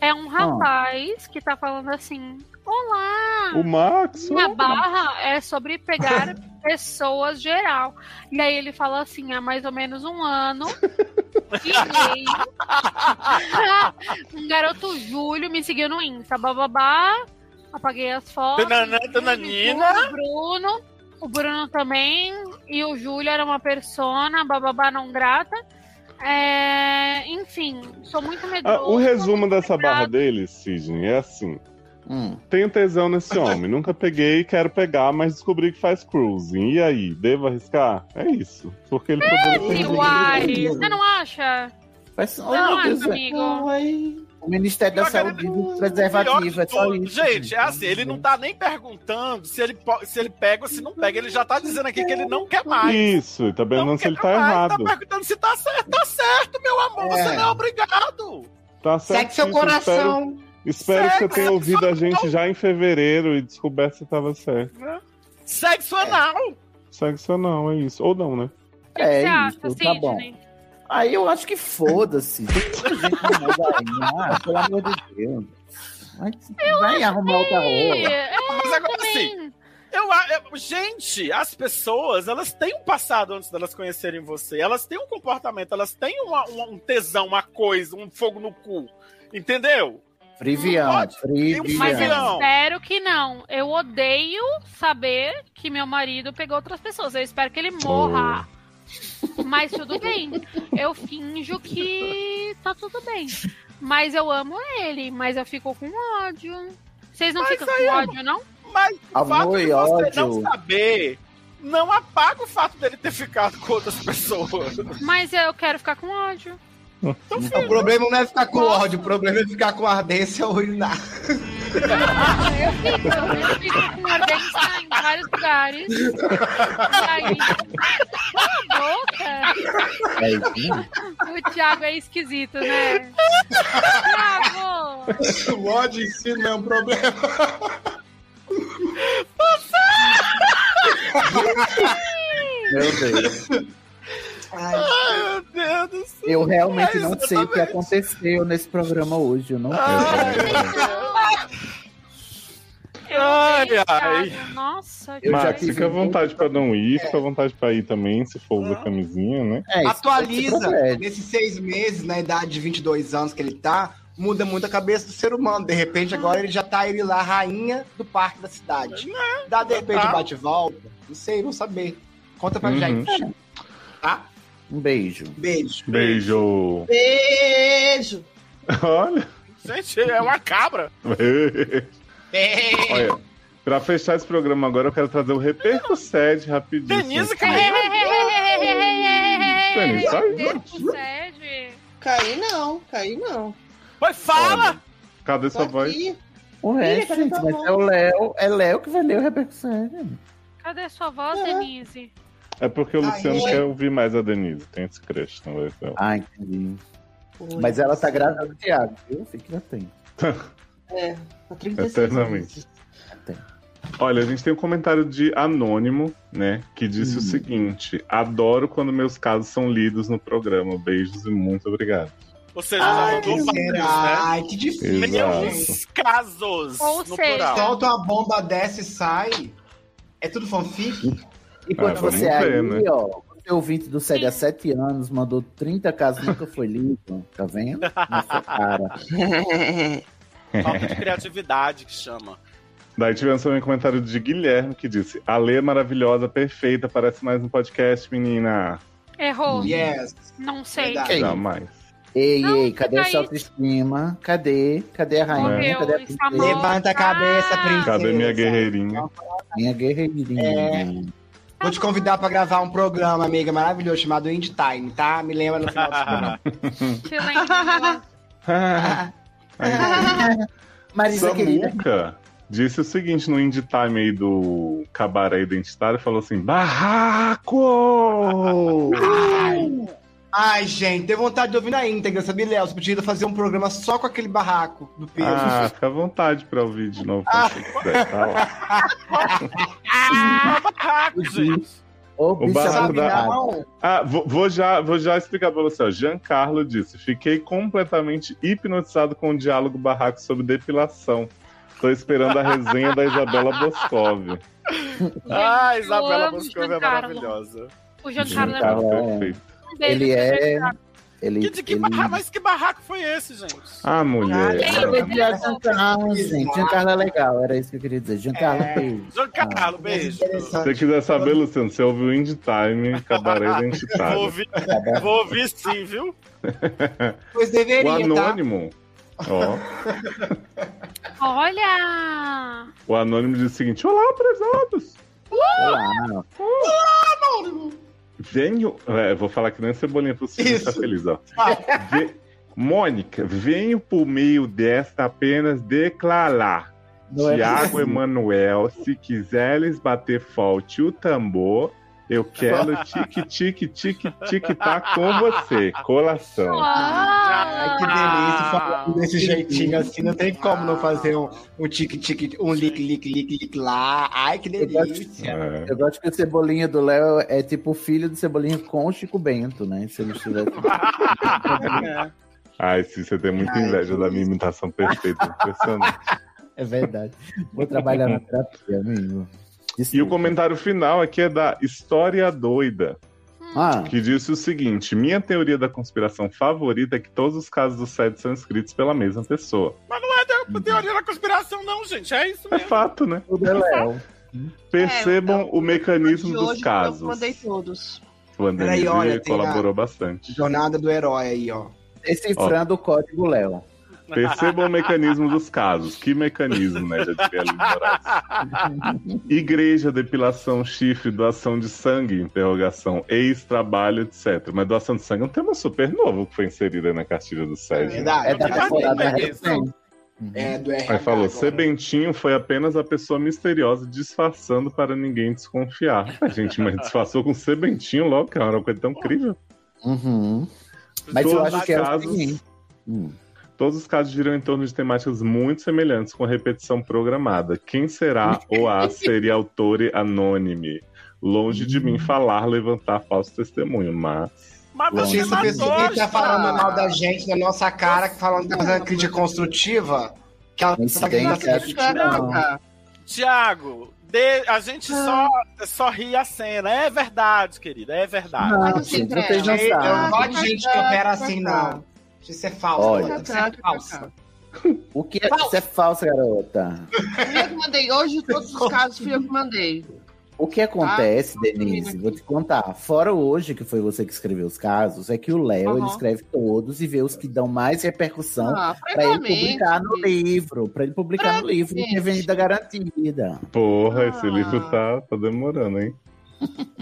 É Ah. um rapaz que tá falando assim: Olá! O Max. Minha o- barra é sobre pegar pessoas geral. E aí ele fala assim, há mais ou menos um ano. fiquei. um garoto Júlio me seguiu no Insta, bababá. Apaguei as fotos. Tananã, tananina. O Bruno. O Bruno também. E o Júlio era uma persona, bababá não grata. É, enfim, sou muito medroso. Ah, o resumo dessa complicado. barra dele, Sidney, é assim. Hum. Tenho tesão nesse homem. Nunca peguei, quero pegar, mas descobri que faz cruising. E aí, devo arriscar? É isso. Porque ele E pode. o Ari, você não acha? Mas, oh, Você não meu Deus, acha, amigo? o Ministério da Pior que Saúde ele- diz Tá Pior preservativo, de é só tudo, isso. Gente, é assim, ele não tá nem perguntando se ele, po- se ele pega ou se não pega. Ele já tá dizendo aqui que ele não quer mais. Isso, e tá Não vendo se quer ele tá mais, errado. Tá perguntando se tá certo. Tá certo, meu amor. Você É. não é obrigado. Tá Segue seu certíssimo, coração. Espero, espero que você Segue, tenha sexo ouvido a anal. gente já em fevereiro e descoberto se tava certo. Sexo É. anal. Segue seu não, é isso. Ou não, né? O que você É acha, isso, tá bom. Sidney? Aí eu acho que foda-se. Tem muita gente que não muda ainda. Ah, pelo amor de Deus. Vai, vai arrumar outra rola. É, eu Mas agora sim. também. Eu, a- eu- gente, as pessoas, elas têm um passado antes delas conhecerem você. Elas têm um comportamento, elas têm uma- uma- um tesão, uma coisa, um fogo no cu. Entendeu? Friviante, um Mas eu friviante. Não. espero que não. Eu odeio saber que meu marido pegou outras pessoas. Eu espero que ele morra. Mas tudo bem. Eu finjo que tá tudo bem. Mas eu amo ele, mas eu fico com ódio. Vocês não Mas ficam aí com é- ódio, não? Mas o Amor fato de e você ódio. não saber não apaga o fato dele ter ficado com outras pessoas. Mas eu quero ficar com ódio. O problema não é ficar com ódio, o problema é ficar com ardência ou urinar. Eu fico, eu fico com ardência em vários lugares. E aí. Cala a boca! É isso. O Thiago é esquisito, né? Thiago! O ódio em si não é um problema. Meu Deus. Ai, Ai, meu Deus do céu. Eu realmente É, não sei o que exatamente. Ah, aconteceu nesse programa hoje. Eu não Ah, Ai, sei. Eu Ai, odeio ai. Thiago. Nossa, Eu já Max, tive fica à muito- vontade pra não ir, fica à vontade pra ir também, se for usar Ah. camisinha, né? É, isso se Atualiza, protege. nesses seis meses, na idade de 22 anos que ele tá, muda muito a cabeça do ser humano. De repente, agora ele já tá ele lá, rainha do parque da cidade. Dá de repente Tá. bate e volta. Não sei, vou saber. Conta pra Uhum. É. gente. Tá? Um beijo. Beijo. Beijo! Beijo! Olha! Gente, é uma cabra. Beijo. Olha, pra fechar esse programa agora, eu quero trazer o Reperco Sede rapidinho. Denise caiu. Denise, sai. Sucede. Caí não, caí não. Pois fala! Cadê Tô sua voz? aqui. O resto, tá cadê gente, tua mas mão? é o Léo. É Léo que vai ler o repercussão. Cadê sua voz, Denise? É porque o Ai, Luciano gente. quer ouvir mais a Denise. Tem esse crush também. Então. Ah, entendi. Mas ela é. tá grávida do Thiago, viu? Fique atento. É, tá 36 Eternamente. Olha, a gente tem um comentário de Anônimo, né? Que disse o seguinte: Adoro quando meus casos são lidos no programa. Beijos e muito obrigado. Ou seja, Ai, já mandou que vários, será? né? Ai, que difícil, Meus casos. Ou no seja, plural. solta uma bomba dessa e sai. É tudo Uhum. fanfic? Enquanto Ah, vamos você aí, ver, né? ó, você ouvinte do Sega há 7 anos, mandou 30 casos, nunca foi lido, tá vendo? Na sua cara. Falta de criatividade que chama. Daí tivemos também um comentário de Guilherme que disse: Ale maravilhosa, perfeita, parece mais um podcast, menina. Errou. Yes. Não sei. Jamais. Ei, ei, cadê fica tá a sua aí. autoestima? Cadê? Cadê a rainha? Meu cadê a Deus, tá princesa? amor. Levanta a cabeça, Ah, princesa. Cadê minha guerreirinha? Minha guerreirinha. É. Vou te convidar pra gravar um programa, amiga, maravilhoso, chamado Indie Time, tá? Me lembra no final do programa. Te lembro. Ah, Ah, Marisa querida. Samuca disse o seguinte no Indie Time aí do Cabaré Identitário: falou assim, Barraco! Ai, gente, deu vontade de ouvir na íntegra, sabe, Léo? Você podia fazer um programa só com aquele barraco do peso. Ah, fica à vontade pra ouvir de novo. quando você quiser, tá lá. Ah, O barraco né? da. Ah, vou, vou já, vou já explicar pra você. ó. Giancarlo disse: Fiquei completamente hipnotizado com o diálogo barraco sobre depilação. Tô esperando a resenha da Isabela Boscov. ah, eu Isabela amo Moscova é Giancarlo. maravilhosa. O Ah, Giancarlo é Giancarlo, muito perfeito. um beijo Ele pro é. Giancarlo. Ele, Que, de que ele... barra- mas que barraco foi esse, gente? Ah, mulher. é. Giancarlo, é gente. Giancarlo é legal, era isso que eu queria dizer. é Giancarlo, beijo. Giancarlo, beijo. é Se você quiser saber, Luciano, você ouve o Indie Time, Cabaré Identitário. Vou ouvir, vou ouvir sim, viu? Pois o deveria, tá? Anônimo. Ó, Olha! o Anônimo diz o seguinte: Olá, prezados! Olá! Venho. É, vou falar que nem cebolinha pro Silvio Isso. ficar feliz, ó. Ve- Mônica, venho por meio desta apenas declarar. Não é Tiago possível. Emanuel, se quiseres bater forte o tambor, eu quero tique, tique, tique, tique, tá com você. É. Colação. Ah! Ai, que delícia. falando Desse jeitinho assim, não tem como não fazer um, um tique-tique, um lick-lick-lick-lick lá. Ai, que Eu gosto, delícia. É. eu gosto que o Cebolinha do Léo é tipo o filho do Cebolinha com o Chico Bento, né? Se ele estiver... Ai, se você tem muita inveja da minha imitação perfeita, impressionante. É verdade. Vou trabalhar na terapia, amigo. E o comentário final aqui é da História Doida. Ah, Que disse o seguinte: minha teoria da conspiração favorita é que todos os casos do SED são escritos pela mesma pessoa. Mas não é te- teoria da conspiração, não, gente. É isso É mesmo. fato, né? Tudo é Léo. Percebam o mecanismo De dos hoje eu casos. mandei todos. O André Peraí, olha, tem colaborou a- bastante. Jornada do herói aí, ó. Decifrando o código Léo. Percebam o mecanismo dos casos. Que mecanismo, né? Já diria Aline Moraes. Igreja, depilação, chifre, doação de sangue, interrogação, ex-trabalho, etc. Mas doação de sangue é um tema super novo que foi inserido aí na cartilha do SED. né? Verdade. tá É da temporada recente. É do Aí RH. falou, Sebentinho foi apenas a pessoa misteriosa disfarçando para ninguém desconfiar. A gente, mas disfarçou com Sebentinho logo, que era uma coisa tão incrível. Uhum. Mas eu Todos acho que é o assim. casos- seguinte. Todos os casos giram em torno de temáticas muito semelhantes, com repetição programada. Quem será o a seria autore anônime? Longe de mim falar, levantar falso testemunho, mas. Mas Longe Você de sabe mim. é que tá falando mal da gente, da nossa cara, que falando que tá fazendo crítica construtiva? Que ela Esse tá daí querendo que eu acho que não. Tiago, de- a gente Ah. só, só ri a cena. É verdade, querida, é verdade. Não, gente, não tem Gente, eu não noção. gosto de gente que opera assim, não. Isso é falso. Olha. Isso é falso. O que é isso é falso, garota? Fui eu que mandei hoje, todos os casos fui eu que mandei. O que acontece, Denise, vou te contar. Fora hoje, que foi você que escreveu os casos, é que o Léo ele Aham. escreve todos e vê os que dão mais repercussão Ah, pra ele francamente. publicar no livro. Pra ele publicar no livro e ter venda garantida. Porra, esse livro tá, tá demorando, hein?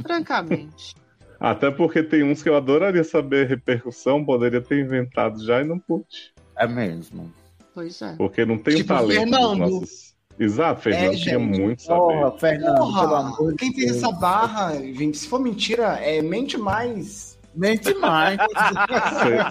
Francamente. Até porque tem uns que eu adoraria saber a repercussão, poderia ter inventado já e não pude. É mesmo. Pois é. Porque não tem o talento dos nossos, Exato, Fernando, É, queria gente. muito saber. Porra, Fernando, pelo Porra, amor de quem fez Deus. essa barra, gente, se for mentira, é mente mais. Mente mais.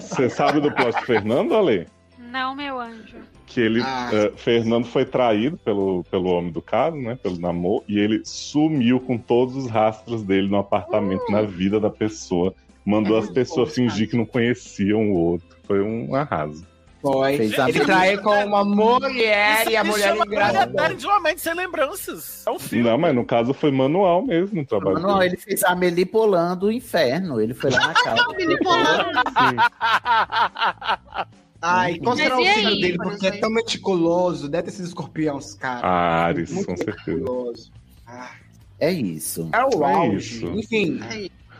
Você sabe do plot do Fernando, Ale? Não, meu anjo. Que ele. Ah. eh, Fernando foi traído pelo, pelo homem do caso, né? Pelo namoro, e ele sumiu com todos os rastros dele no apartamento, na vida da pessoa. Mandou as pessoas fingir que não conheciam o outro. Foi um arraso. Foi. Ele traiu com uma mulher e a Isso mulher chama engravidou. Perde uma mente sem lembranças. É um filme. Não, mas no caso foi manual mesmo o trabalho. Não, dele. ele fez a Amelie Polando do inferno. Ele foi lá na casa. Ai, qual será Mas o e signo aí, dele? por Porque é tão meticuloso. Deve ter sido escorpião, os caras. Ah, Ares, Muito com certeza. meticuloso. É isso. É o É auge. isso. Enfim.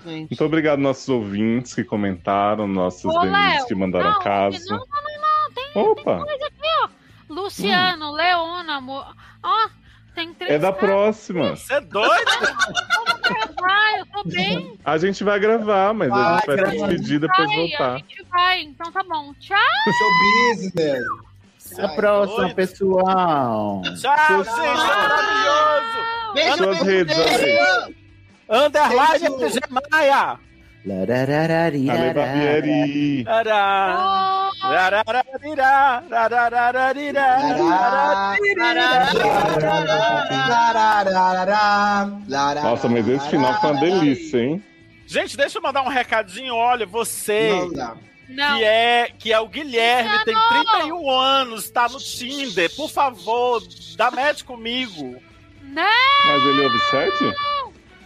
Muito obrigado, nossos ouvintes que comentaram, nossos Ô, denis Léo, que mandaram não, caso. Não, não, não, não. Tem, Opa! Hum. tem coisa aqui, ó. Luciano, Leona, mo... ó, tem três. É da caras. próxima. Você é doido? Ah, eu tô bem. A gente vai gravar, mas a gente vai se despedir e depois Ai, A voltar. gente vai, então tá bom. Tchau. É. Show business. Até a próxima, pessoal. Tchau, gente. Maravilhoso. Beijo, Suas beijo, redes, beijo. beijo. Underline Beijo. FG Maia. Ale Barbieri. Ará. Rarararirá, rarararirá, rarararirá. Nossa, mas esse final foi uma delícia, hein? Gente, deixa eu mandar um recadinho. Olha, você Não. que é que é o Guilherme, tem 31 anos, tá no Tinder. Por favor, dá match comigo. Não! Mas ele obsede?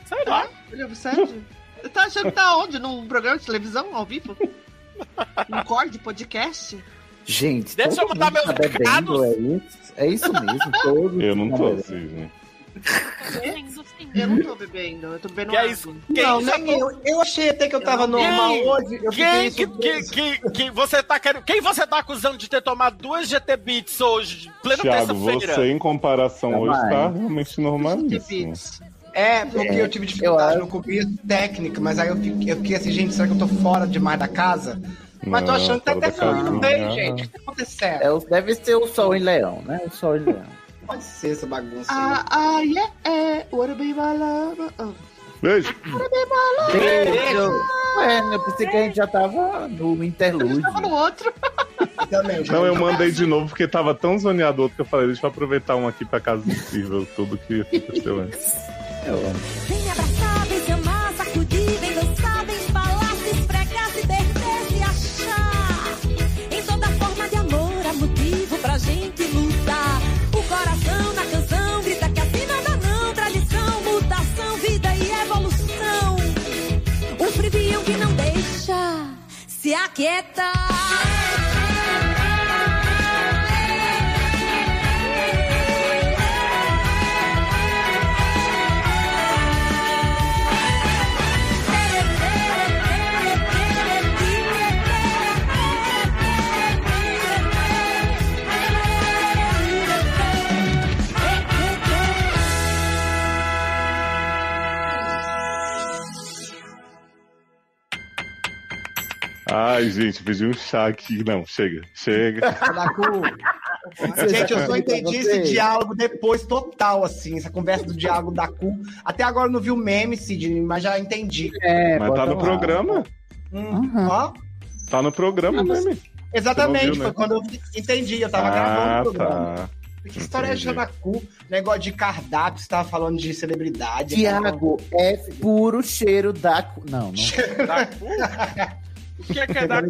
Sei lá. Olha, você é Você tá achando que tá onde? Num programa de televisão ao vivo? Num core de podcast? Gente, Deixa todo eu mandar mundo meus bebendo, é isso, é isso mesmo. Todos Eu não tô, assim, estão Cisne. Eu não tô bebendo, eu tô bebendo Que é água. isso? Não, nem eu. Eu achei até que eu tava normal Quem- hoje. Eu Quem, fiquei que, que, surpreso. que, que você tá querendo. Quem você tá acusando de ter tomado duas GT Beats hoje, plena Thiago, terça-feira? você em comparação Tá hoje mais. tá realmente normalíssimo. É, porque É, eu tive dificuldade no começo técnico, mas aí eu fiquei, eu fiquei assim, gente, será que eu tô fora demais da casa? Mas tô Não, achando que tá fora até da casa fluindo não. bem, gente. O que tá acontecendo? É, o- deve ser o Sol em Leão, né? O Sol em Leão. Pode ser essa bagunça. Ah, ah, yeah, é. Wanna be my lover? Oh. Beijo. Wanna be my lover? Beijo. Ué, eu pensei que a gente já tava no interlúdio. né? Tava um no outro. Não, eu mandei de novo porque tava tão zoneado outro que eu falei, deixa eu aproveitar um aqui pra casa possível, tudo que aconteceu antes. Eu amo. Vem me abraçar, vem amar, sacudir, vem dançar, vem falar, se esfregar, se perder, se achar. Em toda forma de amor há motivo pra gente lutar. O coração na canção grita que assim nada não, tradição, mutação, vida e evolução. O frivião que não deixa se aquietar. Ai, gente, pedi um chá aqui. Não, chega, chega. Gente, eu só entendi esse diálogo depois total, assim, essa conversa do diálogo da cu. Até agora eu não vi o meme, Sidney, mas já entendi. É, Mas tá no programa. Hum, ó. Tá no programa, né, Mi? Você Exatamente, não viu, né? foi quando eu entendi, eu Ah, tava Ah, gravando o programa. tá. Que história é Entendi. Janacu? Negócio de cardápio, você tava falando de celebridade. né? Tiago, é puro cheiro da. cu- Não, não. Tá, O que é que é da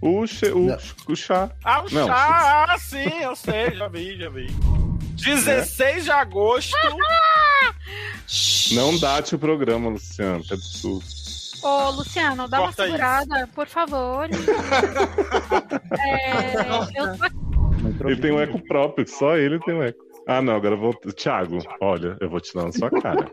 O, che- o, o chá. Ah, o Não. chá, ah, sim, eu sei, já vi, já vi. 16 de agosto. Não date o programa, Luciano. É absurdo. Ô, Luciano, Corta dá uma isso. segurada, por favor. é, eu tô aqui. Ele tem um eco próprio, só ele tem um eco. Ah, não, agora eu vou. Thiago, olha, eu vou te dar na sua cara.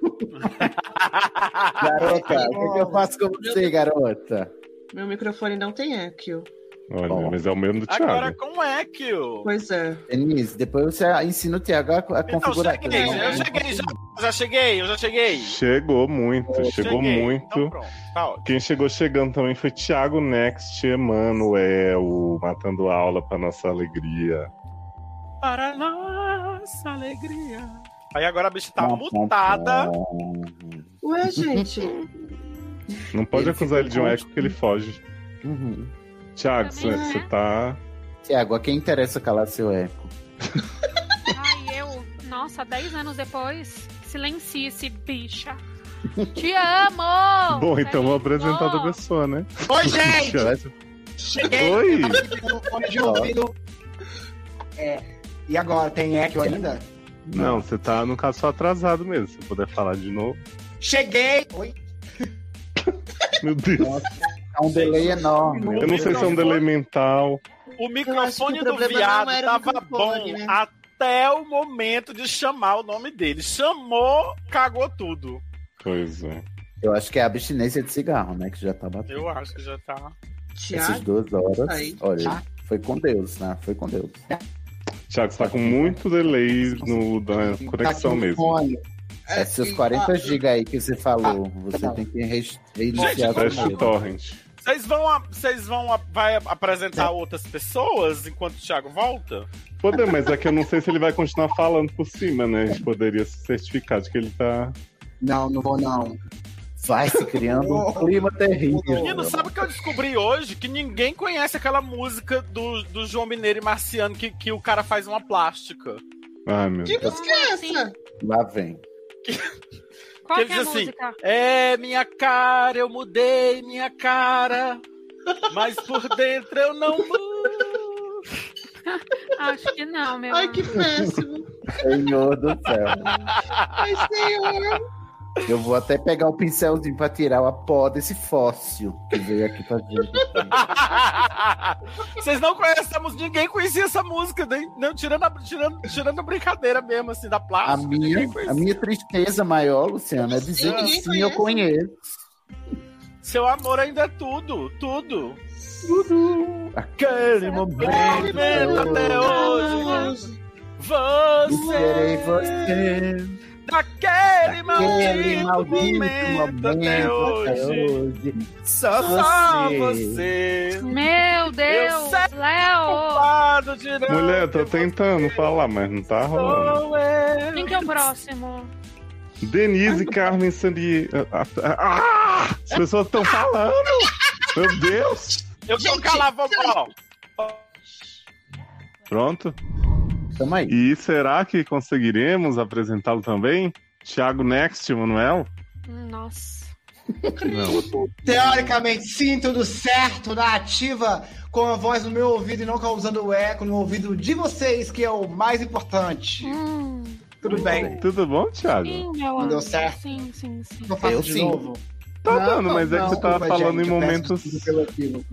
Garota, o que, que eu faço com você, garota? Meu microfone não tem eco. Olha, mas é o mesmo do Thiago. Agora com eco. Pois é. Denise, depois você ensina o Tiago a, a Então, configurar aquilo. cheguei, né? eu cheguei, já, já cheguei, eu já cheguei. Chegou muito, chegou Cheguei. Então muito. pronto, tá ótimo. Quem chegou chegando também foi Thiago Next, Emanuel, matando aula pra nossa alegria. para nossa alegria. Aí agora a bicha tá mutada. tá. Ué, gente. Não pode acusar ele de um eco que ele foge. Thiago, você você é. tá. Tiago, Uhum. a quem interessa calar seu eco? Ai, eu, nossa, 10 anos depois, silencie-se, bicha. Te amo! É, Bom, então vou apresentar outra pessoa, né? Oi, gente! Cheguei! Oi! Fone de ouvido. É. E agora, tem eco ainda? Não, você tá, no caso, só atrasado mesmo. Se puder falar de novo. Cheguei! Oi? Meu Deus. É um delay enorme. Eu não sei se é um delay mental. O acho que microfone o do problema viado não era o tava bom microfone, né? até o momento de chamar o nome dele. Chamou, cagou tudo. Pois é. Eu acho que é a abstinência de cigarro, né? Que já tá batendo. Eu acho que já tá. Essas duas horas. Aí. Olha, Tá. foi com Deus, né? Foi com Deus. Thiago, você tá com muito delay no, na conexão mesmo. É, Esses Ah. 40 GB aí que você falou, você tem que re- reiniciar Gente, fecha o tudo. torrent. Vocês vão, a- vocês vão a- vai a- apresentar É. outras pessoas enquanto o Thiago volta? Poder, mas é que eu não sei se ele vai continuar falando por cima, né? A gente poderia se certificar de que ele tá. Não, não vou não. Vai se criando um clima terrível. Menino, sabe o que eu descobri hoje? Que ninguém conhece aquela música do, do João Mineiro e Marciano que, que o cara faz uma plástica. Ai, meu Que Deus. música é essa? Lá vem. Qual que é assim, É, minha cara, eu mudei minha cara, mas por dentro eu não mudo. Acho que não, meu. Ai, que péssimo. Senhor do céu. Ai, senhor. Eu vou até pegar o pincelzinho pra tirar a pó desse fóssil que veio aqui pra gente. Vocês não conhecem essa música, ninguém conhecia essa música, nem, não, tirando, a, tirando, tirando a brincadeira mesmo, assim, da plástica. A minha, ninguém conhecia. a minha tristeza maior, Luciana, é dizer que Ninguém sim, eu conheço. Seu amor ainda é tudo, tudo. Tudo. Aquele momento. é até hoje. Você. Serei você. Daquele Aquele maldito, maldito momento, momento até hoje. até hoje. Só, Só você. você. Meu Deus, Léo! Culpado de não Mulher, tô tentando falar, mas não tá rolando. sou eu. Quem que é o próximo? Denise Carmen Sandiego. Ah! As pessoas estão falando! Meu Deus! Eu vou calar, vou falar. Pronto? Tamo aí. E será que conseguiremos apresentá-lo também? Thiago Next, Manuel? Nossa. Não. Teoricamente, sim, tudo certo, na ativa, com a voz no meu ouvido e não causando eco no ouvido de vocês, que é o mais importante. Tudo bem? Tudo bom, Thiago? Sim, meu Hum. Não amor. deu certo? é Sim, sim, sim. Não faço de novo. Tá dando, mas é que você tá desculpa, falando gente, em eu peço momentos. desculpa pelo né? equívoco.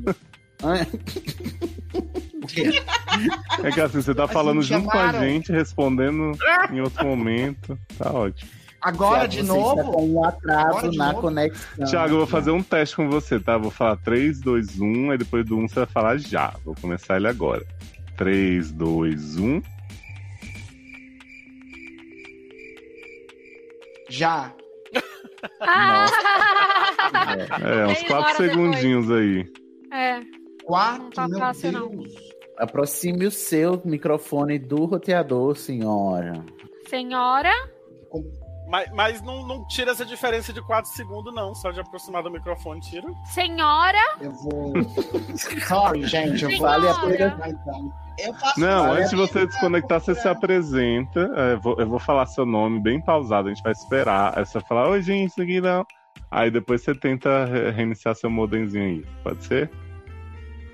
É que assim, você tá Mas falando me junto com a chamaram. gente, respondendo em outro momento. Tá ótimo. Agora Thiago, de você novo? está com um Agora atraso de na novo? conexão. Thiago, eu vou fazer um teste com você, tá? Vou falar 3, 2, 1, aí depois do 1 você vai falar já. Vou começar ele agora. um. 3, 2, 1. Já. É, uns Meia 4 hora segundinhos aí. É. Quatro, não tá fácil, não. Aproxime o seu microfone do roteador, senhora. Senhora, Mas, mas não, não tira essa diferença de 4 segundos, não. Só de aproximar do microfone, tira. senhora. Eu vou. Sorry, gente, eu vou. Vale a pena. então. Eu faço Não, Olha, antes de você desconectar, você se apresenta. É, eu vou- eu vou falar seu nome bem pausado, a gente vai esperar. Aí você vai falar, oi, gente, isso aqui não. Aí depois você tenta re- reiniciar seu modemzinho aí. Pode ser?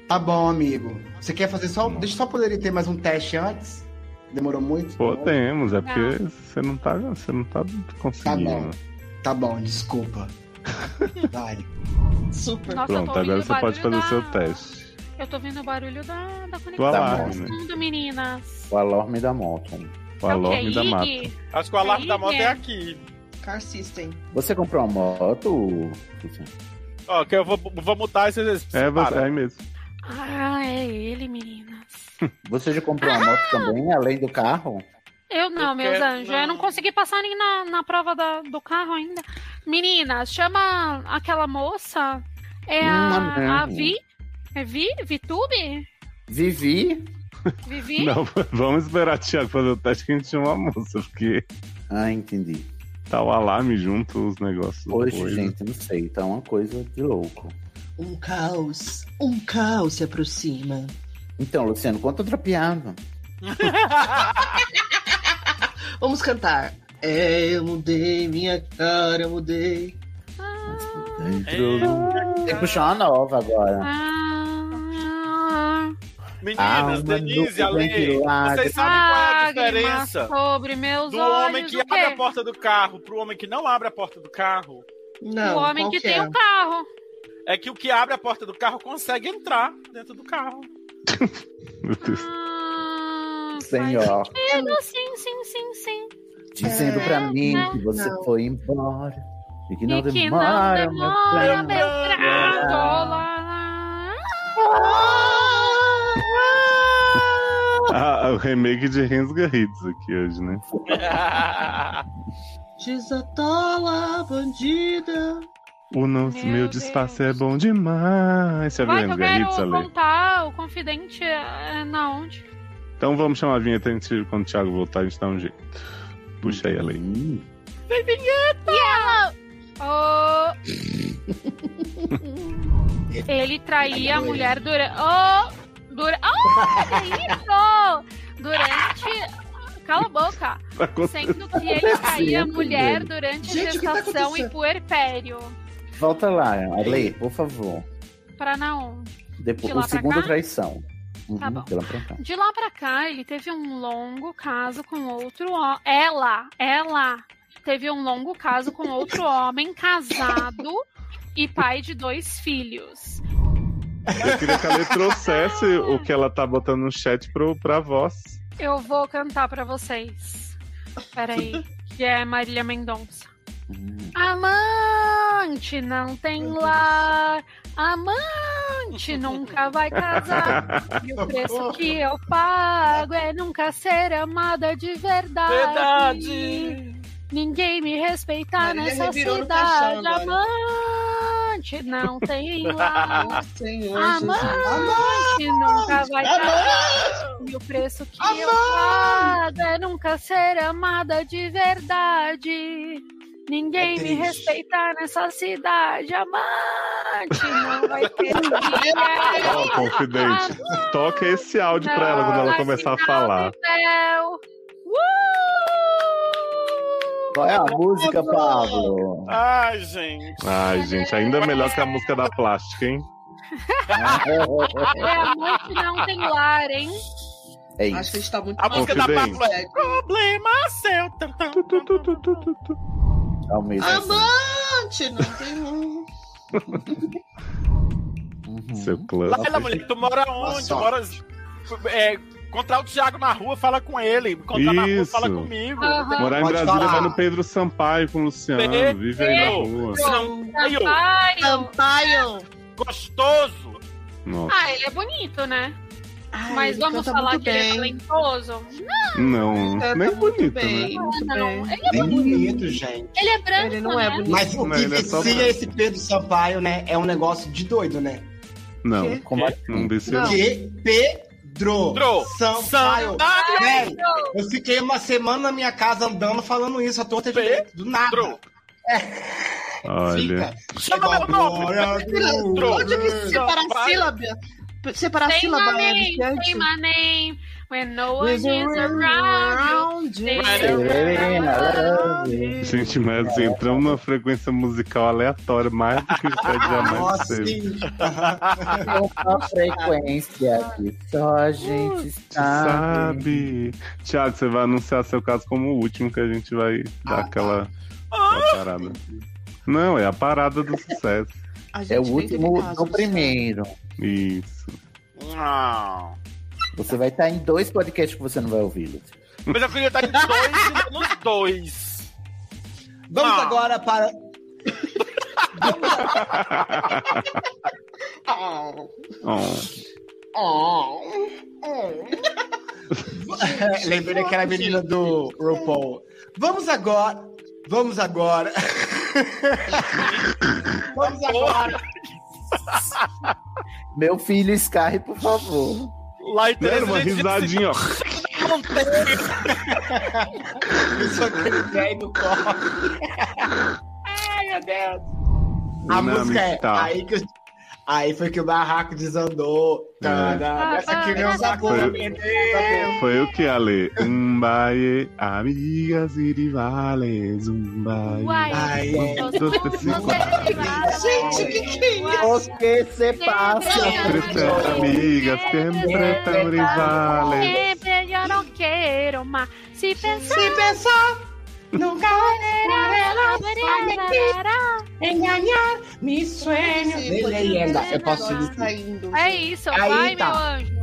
Tá bom, amigo. Você quer fazer só. Deixa eu só poderia ter mais um teste antes? Demorou muito? Podemos, é porque Não. você não tá, você não tá conseguindo. Tá bom, desculpa. Vale. Super. Nossa, eu Pronto, tô agora ouvindo você pode fazer barulho o seu teste. Eu tô ouvindo o barulho da, da conexão. alarme, né? Fundo, meninas. O alarme da moto. O é alarme da mata. Acho que o alarme da moto é Ligue. aqui. Car System. Você comprou uma moto? Luciana? Ó, que eu vou, vou mutar e vocês. É, você, é mesmo. Ah, é ele, menina. Você já comprou uma moto também, além do carro? Eu não, meus quero- anjos. Eu não consegui passar nem na, na prova da- do carro ainda. Meninas, chama aquela moça. É Hum, a, amém. a Vi. É Vi? Vitube? Vivi? Vivi? Não, vamos esperar o Thiago fazer o teste que a gente chama a moça, porque. Ah, entendi. Tá o alarme junto, os negócios. Hoje, Coisa. gente, não sei. Tá uma coisa de louco. Um caos, um caos se aproxima. Então, Luciano, conta outra piada. Vamos cantar. É, eu mudei minha cara, eu mudei. É. Dentro do- Tem que puxar uma nova agora. Ah, Meninas, Alma Denise, do Ale, ventilador. vocês sabem qual é a Lágrimas diferença sobre meus do olhos. homem que o quê? abre a porta do carro pro homem que não abre a porta do carro? o homem que é? tem o carro. É que o que abre a porta do carro consegue entrar dentro do carro. Meu Deus. Senhor, Sentido, Ah, sim, sim, sim, sim. dizendo pra mim não, que você não. foi embora. E que não e que não demora, meu demora, bem. meu trago. Ah, o remake de Hans Garridos aqui hoje, né? Desatola, bandida. O nosso, meu, disfarce é bom demais. Você já Vai viu que eu Hans quero Garridos, Ale? contar o confidente é, na onde? Então vamos chamar a vinheta, a gente, quando o Thiago voltar, a gente dá um jeito. Puxa aí, Ale. Vem vinheta! Oh. Ele traía a mulher durante. Oh! Dura... Oh! olha isso! Durante. Cala a boca! Tá acontecendo. Sendo que ele traía a mulher durante assim, a Gente, o que tá gestação e acontecendo? puerpério. Volta lá, Ale, por favor. Pra na onde? Depois, De lá o pra segundo cá? traição. Uhum, Tá bom. pela pra cá. De lá pra cá, ele teve um longo caso com outro homem. Ela, ela teve um longo caso com outro homem casado e pai de dois filhos. Eu queria que a Ale trouxesse o que ela tá botando no chat pro, pra voz. Eu vou cantar pra vocês. Peraí, que é Marília Mendonça. Hum. Amante não tem lar, amante nunca vai casar. E o preço que eu pago é nunca ser amada de verdade. Verdade. Ninguém me respeitar Marília nessa revirou no cidade. caixão agora. Amante não tem lar. Oh, Senhor Ah, Jesus. Amante nunca vai Amante! casar. E o preço que eu pago é nunca ser amada de verdade. Ninguém É me respeitar nessa cidade. Amante não vai ter Ó, ninguém. confidente. Toca esse áudio pra ela quando ela começar a falar. Céu. Qual é a música, Pablo? Ai, gente. Ai, gente, ainda é melhor que a música da plástica, hein? É, amante não tem lar, hein? É Acho que a gente tá muito A música da Confidente. Pablo é Problema seu. Tum, tum, tum, tum, tum, tum, tum. É o mesmo. Amante, não tem um. Uhum. Seu clã. Laila, mulher, tu mora onde? Tu mora. É, encontrar o Thiago na rua, fala com ele. Encontrar na rua, Isso. fala comigo. Morar em Pode Brasília falar. vai no Pedro Sampaio com o Luciano. Pedro Vive aí na rua. Sampaio. Sampaio. Gostoso. Nossa. Ah, ele é bonito, né? Ai, Mas ele vamos canta falar muito que ele é bem. talentoso? Ah, Não, tá Canta nem muito bonito, bem. né? Muito Não, bem. ele é Bem bonito. bonito, gente. Ele é branco, Ele não é né? bonito. Mas o Não, que ele é só vicia branco. esse Pedro Sampaio, né? É um negócio de doido, né? Não, Como assim? não desse não. Que Pedro, Pedro Sampaio. Sampaio. Velho, eu fiquei uma semana na minha casa andando falando isso, a torta de direito, do nada. Pedro. Olha. Chama meu nome. Pedro. Onde que separa a Sampaio. sílaba? Separar a Say my sílaba é name, say distante? my name. When no one is around. you, say my Gente, mas entramos numa frequência musical aleatória, mais do que o Fred jamais Nossa, teve. sim. Uma frequência que só a gente sabe. Sabe? Tiago, você vai anunciar seu caso como o último que a gente vai Ah, dar aquela, aquela parada. Não, é a parada do sucesso. A gente É o vem último de casa, do primeiro. Isso. Não. Você vai estar em dois podcasts que você não vai ouvir, Lúcio. Mas eu queria estar em dois e não nos dois. Vamos Ah. agora para. Oh, Oh. oh, oh. Lembrei daquela menina do RuPaul. Vamos agora. Vamos agora. Vamos agora. Meu filho, Sky, por favor. Lá em Era Teresa, uma gente, risadinha, ó. Isso aquele velho do corre. Ai, meu Deus. Não, A música é. tá. Aí, que, aí foi que o barraco desandou. Tadá, É. Essa aqui não é um sabor. Foi- meu Deus. Foi o que, Ale? Um baile, amigas e rivales, um baile. Uai, Um, dois, três, cinco, Gente, o que, que é isso? O que se passa? Três amigas, sempre tá tão rivales. Sempre eu não quero mais. Se pensar, Se pensar nunca Enganar, me sueño. Sim, Lê, lê, lenda. Eu posso seguir. Saindo. É isso, Aí vai, tá. meu anjo.